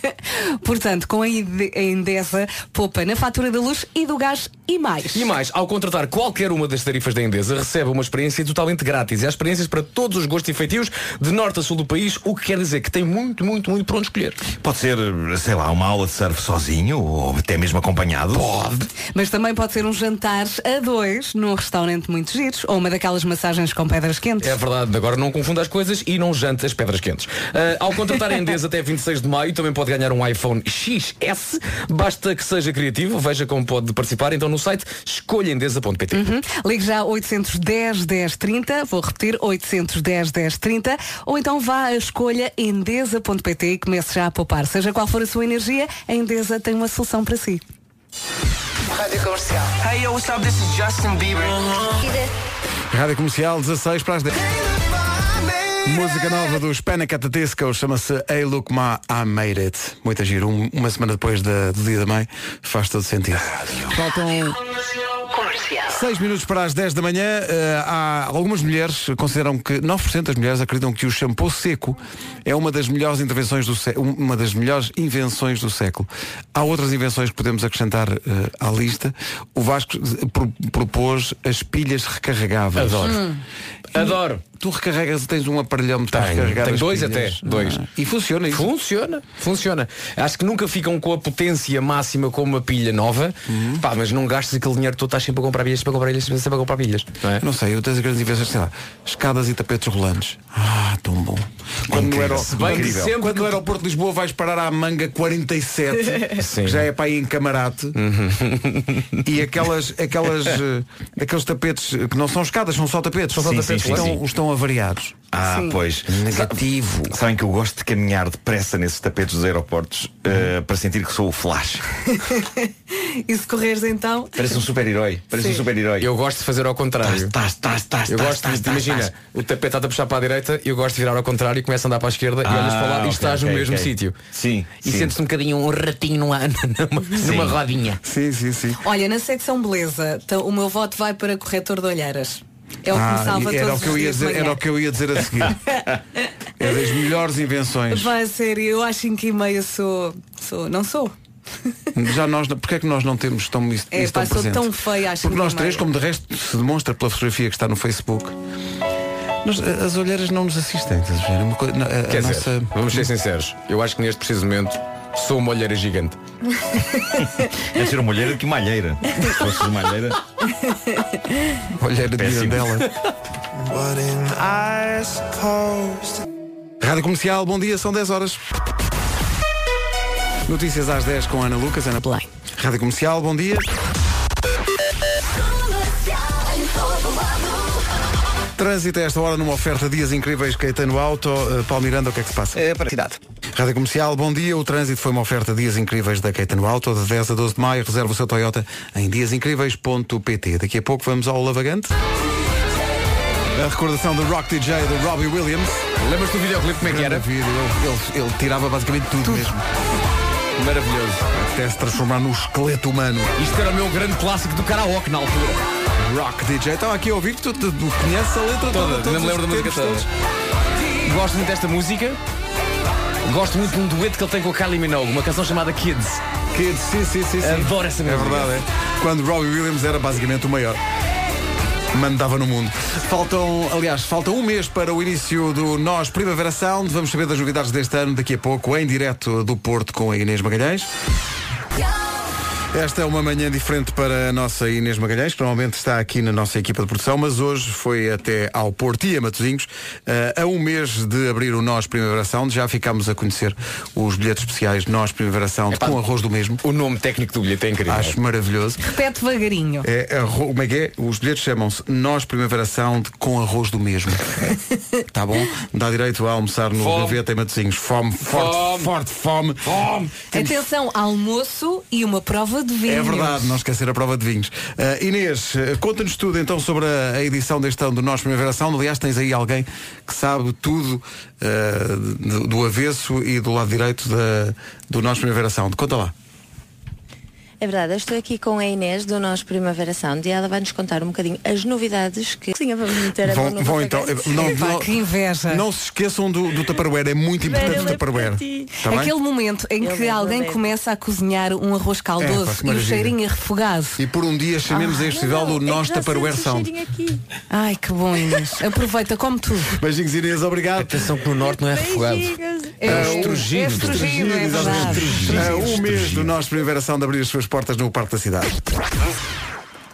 D: Portanto, com a Ide- a Endesa, poupa na fatura da luz e do gás e mais.
F: E mais, ao contratar qualquer uma das tarifas da Endesa, recebe uma experiência totalmente grátis. E há experiências para todos os gostos e feitios, de norte a sul do país, o que quer dizer que tem muito, muito, muito para onde escolher.
K: Pode ser, sei lá, uma aula de surf sozinho ou até mesmo acompanhado. Pode.
D: Mas também pode ser um jantar a dois num restaurante muito giros ou uma daquelas massagens com pedras quentes.
F: É verdade, agora não confunda as coisas e não jante as pedras quentes. Ah, ao contratar a Endesa até 26 de maio, também pode ganhar um iPhone XS. Basta que seja criativo, veja como pode participar. Então no site escolhaendesa.pt.
D: Uhum. Ligue já 810 10 30, vou repetir, 810 10 30, ou então vá à escolha endesa.pt e comece já a poupar. Seja qual for a sua energia, a Endesa tem uma solução para si.
E: Rádio Comercial. Hey, yo, what's up? This is Justin Bieber.
A: Rádio Comercial, 16 para as 10. Música nova dos Panic at the Disco chama-se Hey Look Ma, I Made It. Muita giro. Um- uma semana depois da- do dia da mãe, faz todo sentido. Faltam
E: Comercial.
A: 6 minutos para as 10 da manhã. Eh, há algumas mulheres consideram que 9% das mulheres acreditam que o shampoo seco é uma das melhores intervenções do sé- um, uma das melhores invenções do século. Há outras invenções que podemos acrescentar eh, à lista. O Vasco eh, pro- propôs as pilhas recarregáveis.
F: Adoro. Hum. Adoro.
A: Tu recarregas, tens um aparelhão para recarregar
F: Tem
A: as
F: dois até,
A: pilhas.
F: dois.
A: Ah, E funciona isso.
F: Funciona, funciona. Acho que nunca ficam com a potência máxima com uma pilha nova. Pá, mas não gastas aquele dinheiro todo, estás sempre a comprar pilhas, sempre a comprar pilhas, sempre a comprar pilhas. Não, é?
A: Não sei, eu tenho as grandes invenções, sei lá, escadas e tapetes rolantes. Ah, tão bom. Quando no, aero-
F: Se bem
A: quando-
F: que
A: quando
F: sempre
A: no aeroporto de Lisboa vais parar à manga 47,
F: Sim. Uhum.
A: que já é para ir em camarate, e aquelas, aquelas, eh, aqueles tapetes eh, que não são escadas, são só tapetes, são só
K: Sim,
A: tapetes,
K: sim, sim,
A: estão,
K: sim.
A: estão avariados.
K: Ah,
A: Sim.
K: pois.
F: é
A: Negativo.
K: Sabem que eu gosto de caminhar depressa nesses tapetes dos aeroportos
F: Uhum.
K: eh, para sentir que sou o Flash.
D: E se correres então.
K: Parece um super-herói. Parece
D: Sim.
K: um super-herói.
F: Eu gosto de fazer ao contrário.
K: Tás, tás, tás,
F: eu
K: tás,
F: gosto
K: tás,
F: de,
K: tás,
F: imagina,
K: tás.
F: o tapete está a puxar para a direita, eu gosto de virar ao contrário e começo a andar para a esquerda e
K: Ah,
F: olhas para lá e
K: ok,
F: estás no
K: ok,
F: mesmo
K: ok.
F: sítio.
K: Sim.
F: E
K: sim.
F: sentes um bocadinho um ratinho no ar, numa, numa rodinha.
A: Sim, sim, sim.
D: Olha, na secção beleza, tá- o meu voto vai para corretor de olheiras. É o que me
A: Ah,
D: salva
A: era, o
D: todos
A: que eu
D: os
A: ia
D: dias de
A: dizer,
D: manhã.
A: era o que eu ia dizer a seguir. é das melhores invenções.
D: Vai ser, eu acho em que e meia sou. sou não sou.
A: Já nós, não- porque é que nós não temos tão isso,
D: É,
A: isso tão
D: pá, sou
A: presente?
D: tão feia, acho
A: Porque nós
D: que é.
A: três,
D: meio.
A: como de resto se demonstra pela fotografia que está no Facebook, nós- as olheiras não nos assistem. estás a ver? É uma coisa- não, a- a
F: Quer dizer,
A: nossa-
F: vamos ser sinceros, eu acho que neste preciso momento sou uma olheira gigante.
K: É ser uma olheira que malheira. Se fosse uma olheira.
A: Olheira de
K: Péssimo.
A: Mirandela. Rádio Comercial, bom dia, são 10 horas. Notícias às 10 com Ana Lucas, Ana Play. Rádio Comercial, bom dia. Trânsito a esta hora numa oferta Dias Incríveis Caetano Auto. Uh, Paulo Miranda, o que é que se passa?
L: É para a cidade.
A: Rádio Comercial, bom dia. O trânsito foi uma oferta Dias Incríveis da Caetano Auto. De 10 a 12 de maio, reserva o seu Toyota em diasincríveis.pt. Daqui a pouco vamos ao Lavagante. A recordação do Rock DJ do Robbie Williams.
F: Lembras-te do videoclipe como é que era?
A: Vídeo. Ele, ele- ele tirava basicamente tudo, mesmo.
F: Maravilhoso.
A: Até se transformar num esqueleto humano.
F: Isto era o meu grande clássico do karaoke na altura.
A: Rock DJ. Estava aqui a ouvir que tu, tu, tu conheces a letra toda.
F: Toda,
A: todos
F: não me lembro
A: os
F: da música toda.
A: termos todos.
F: Gosto muito desta música. Gosto muito de um dueto que ele tem com a Kylie Minogue, uma canção chamada Kids.
A: Kids, sim, sim, sim. sim.
F: Adoro essa
A: É
F: música.
A: verdade, é. Quando Robbie Williams era basicamente o maior. Mandava no mundo. Faltam, aliás, falta um mês para o início do Nós Primavera Sound. Vamos saber das novidades deste ano daqui a pouco, em direto do Porto com a Inês Magalhães. Esta é uma manhã diferente para a nossa Inês Magalhães, que normalmente está aqui na nossa equipa de produção, mas hoje foi até ao Porto e a Matosinhos. Eh, a um mês de abrir o Nós Primavera Sound, já ficámos a conhecer os bilhetes especiais Nós Primavera Sound com arroz do mesmo.
F: O nome técnico do bilhete é incrível.
A: Acho maravilhoso.
D: Repete devagarinho.
A: É, arro- como é que é? Os bilhetes chamam-se Nós Primavera Sound com arroz do mesmo. tá bom? Dá direito a almoçar no
F: Fome.
A: gaveta em Matosinhos. Fome, forte, forte fome. Fome!
D: Atenção, almoço e uma prova de vinho.
A: É verdade, não esquecer a prova de vinhos. Ah, Inês, eh, conta-nos tudo então sobre a, a edição deste ano do Nós Primavera Sound. Aliás, tens aí alguém que sabe tudo ah, do, do avesso e do lado direito da- do Nós Primavera Sound. Conta lá.
R: É verdade, eu estou aqui com a Inês do Nós Primavera Sound e ela vai nos contar um bocadinho as novidades que sim, vamos meter a mão
A: Vão,
R: no
A: vão então. eh, Não,
D: Epá,
A: não,
D: que inveja.
A: não se esqueçam do, do Tupperware, é muito importante o Tupperware. Tá bem?
D: Aquele momento em que alguém começa a cozinhar um arroz
A: É, pá, que
D: caldoso e o
A: maravilha.
D: cheirinho é refogado.
A: E por um dia chamemos
D: Ah,
A: a este festival o
R: é
A: Nós Tupperware Sound.
D: Ai, que bom, Inês. Aproveita, come tudo.
A: Beijinhos Inês, obrigado.
F: Atenção que no norte não é refogado. um
D: É, estrugido. É estrugido, é verdade.
A: Ah, um mês do Nós Primavera Sound abrir as suas portas no Parque da Cidade.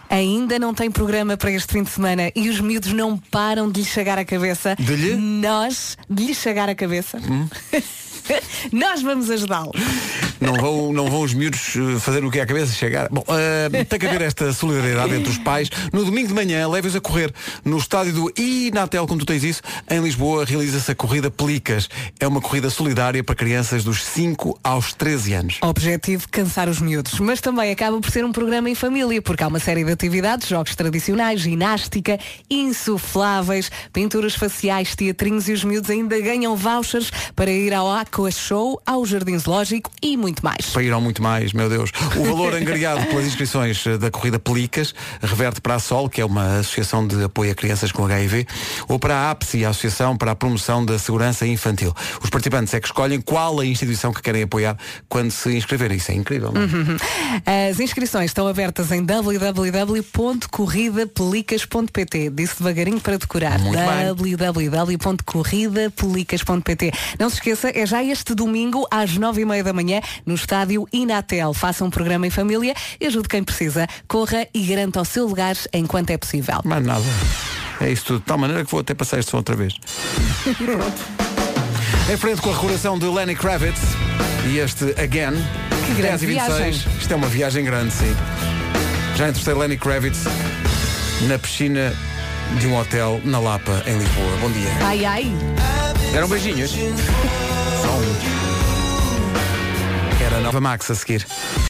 D: Ainda não tem programa para este fim de semana e os miúdos não param de lhe chegar à cabeça.
A: De lhe? Hum.
D: Nós, de lhe chegar à cabeça. Nós vamos ajudá-lo.
A: Não vão, não vão os miúdos eh, fazer o que é a cabeça e chegar. Bom, eh, tem que haver esta solidariedade entre os pais. No domingo de manhã, leve-os a correr. No estádio do Inatel, como tu tens isso, em Lisboa, realiza-se a corrida Pelicas. É uma corrida solidária para crianças dos 5 aos 13 anos.
D: Objetivo cansar os miúdos, mas também acaba por ser um programa em família, porque há uma série de atividades, jogos tradicionais, ginástica, insufláveis, pinturas faciais, teatrinhos e os miúdos ainda ganham vouchers para ir ao Aqua Show, ao Jardim Zoológico e muito mais.
A: Para ir ao muito mais, meu Deus. O valor angariado pelas inscrições eh, da corrida Pelicas reverte para a SOL, que é uma associação de apoio a crianças com HIV, ou para a APSI, a Associação para a Promoção da Segurança Infantil. Os participantes é que escolhem qual a instituição que querem apoiar quando se inscreverem. Isso é incrível, não é?
D: Uhum. As inscrições estão abertas em www.corridapelicas.pt. Disse devagarinho para decorar.
A: Muito bem.
D: www.corridapelicas.pt. Não se esqueça, é já este domingo às nove e meia da manhã no estádio Inatel. Faça um programa em família e ajude quem precisa. Corra e garanta o seu lugar enquanto é possível.
A: Mais nada. É isso tudo. De tal maneira que vou até passar este som outra vez. Em frente com a recordação de Lenny Kravitz e este Again.
D: Que grande
A: 10 e 26.
D: viagem.
A: Isto é uma viagem grande, sim. Já entrevistei Lenny Kravitz na piscina de um hotel na Lapa, em Lisboa. Bom dia.
D: Ai ai.
F: Eram beijinhos.
A: Só um. Era a nova Max a seguir.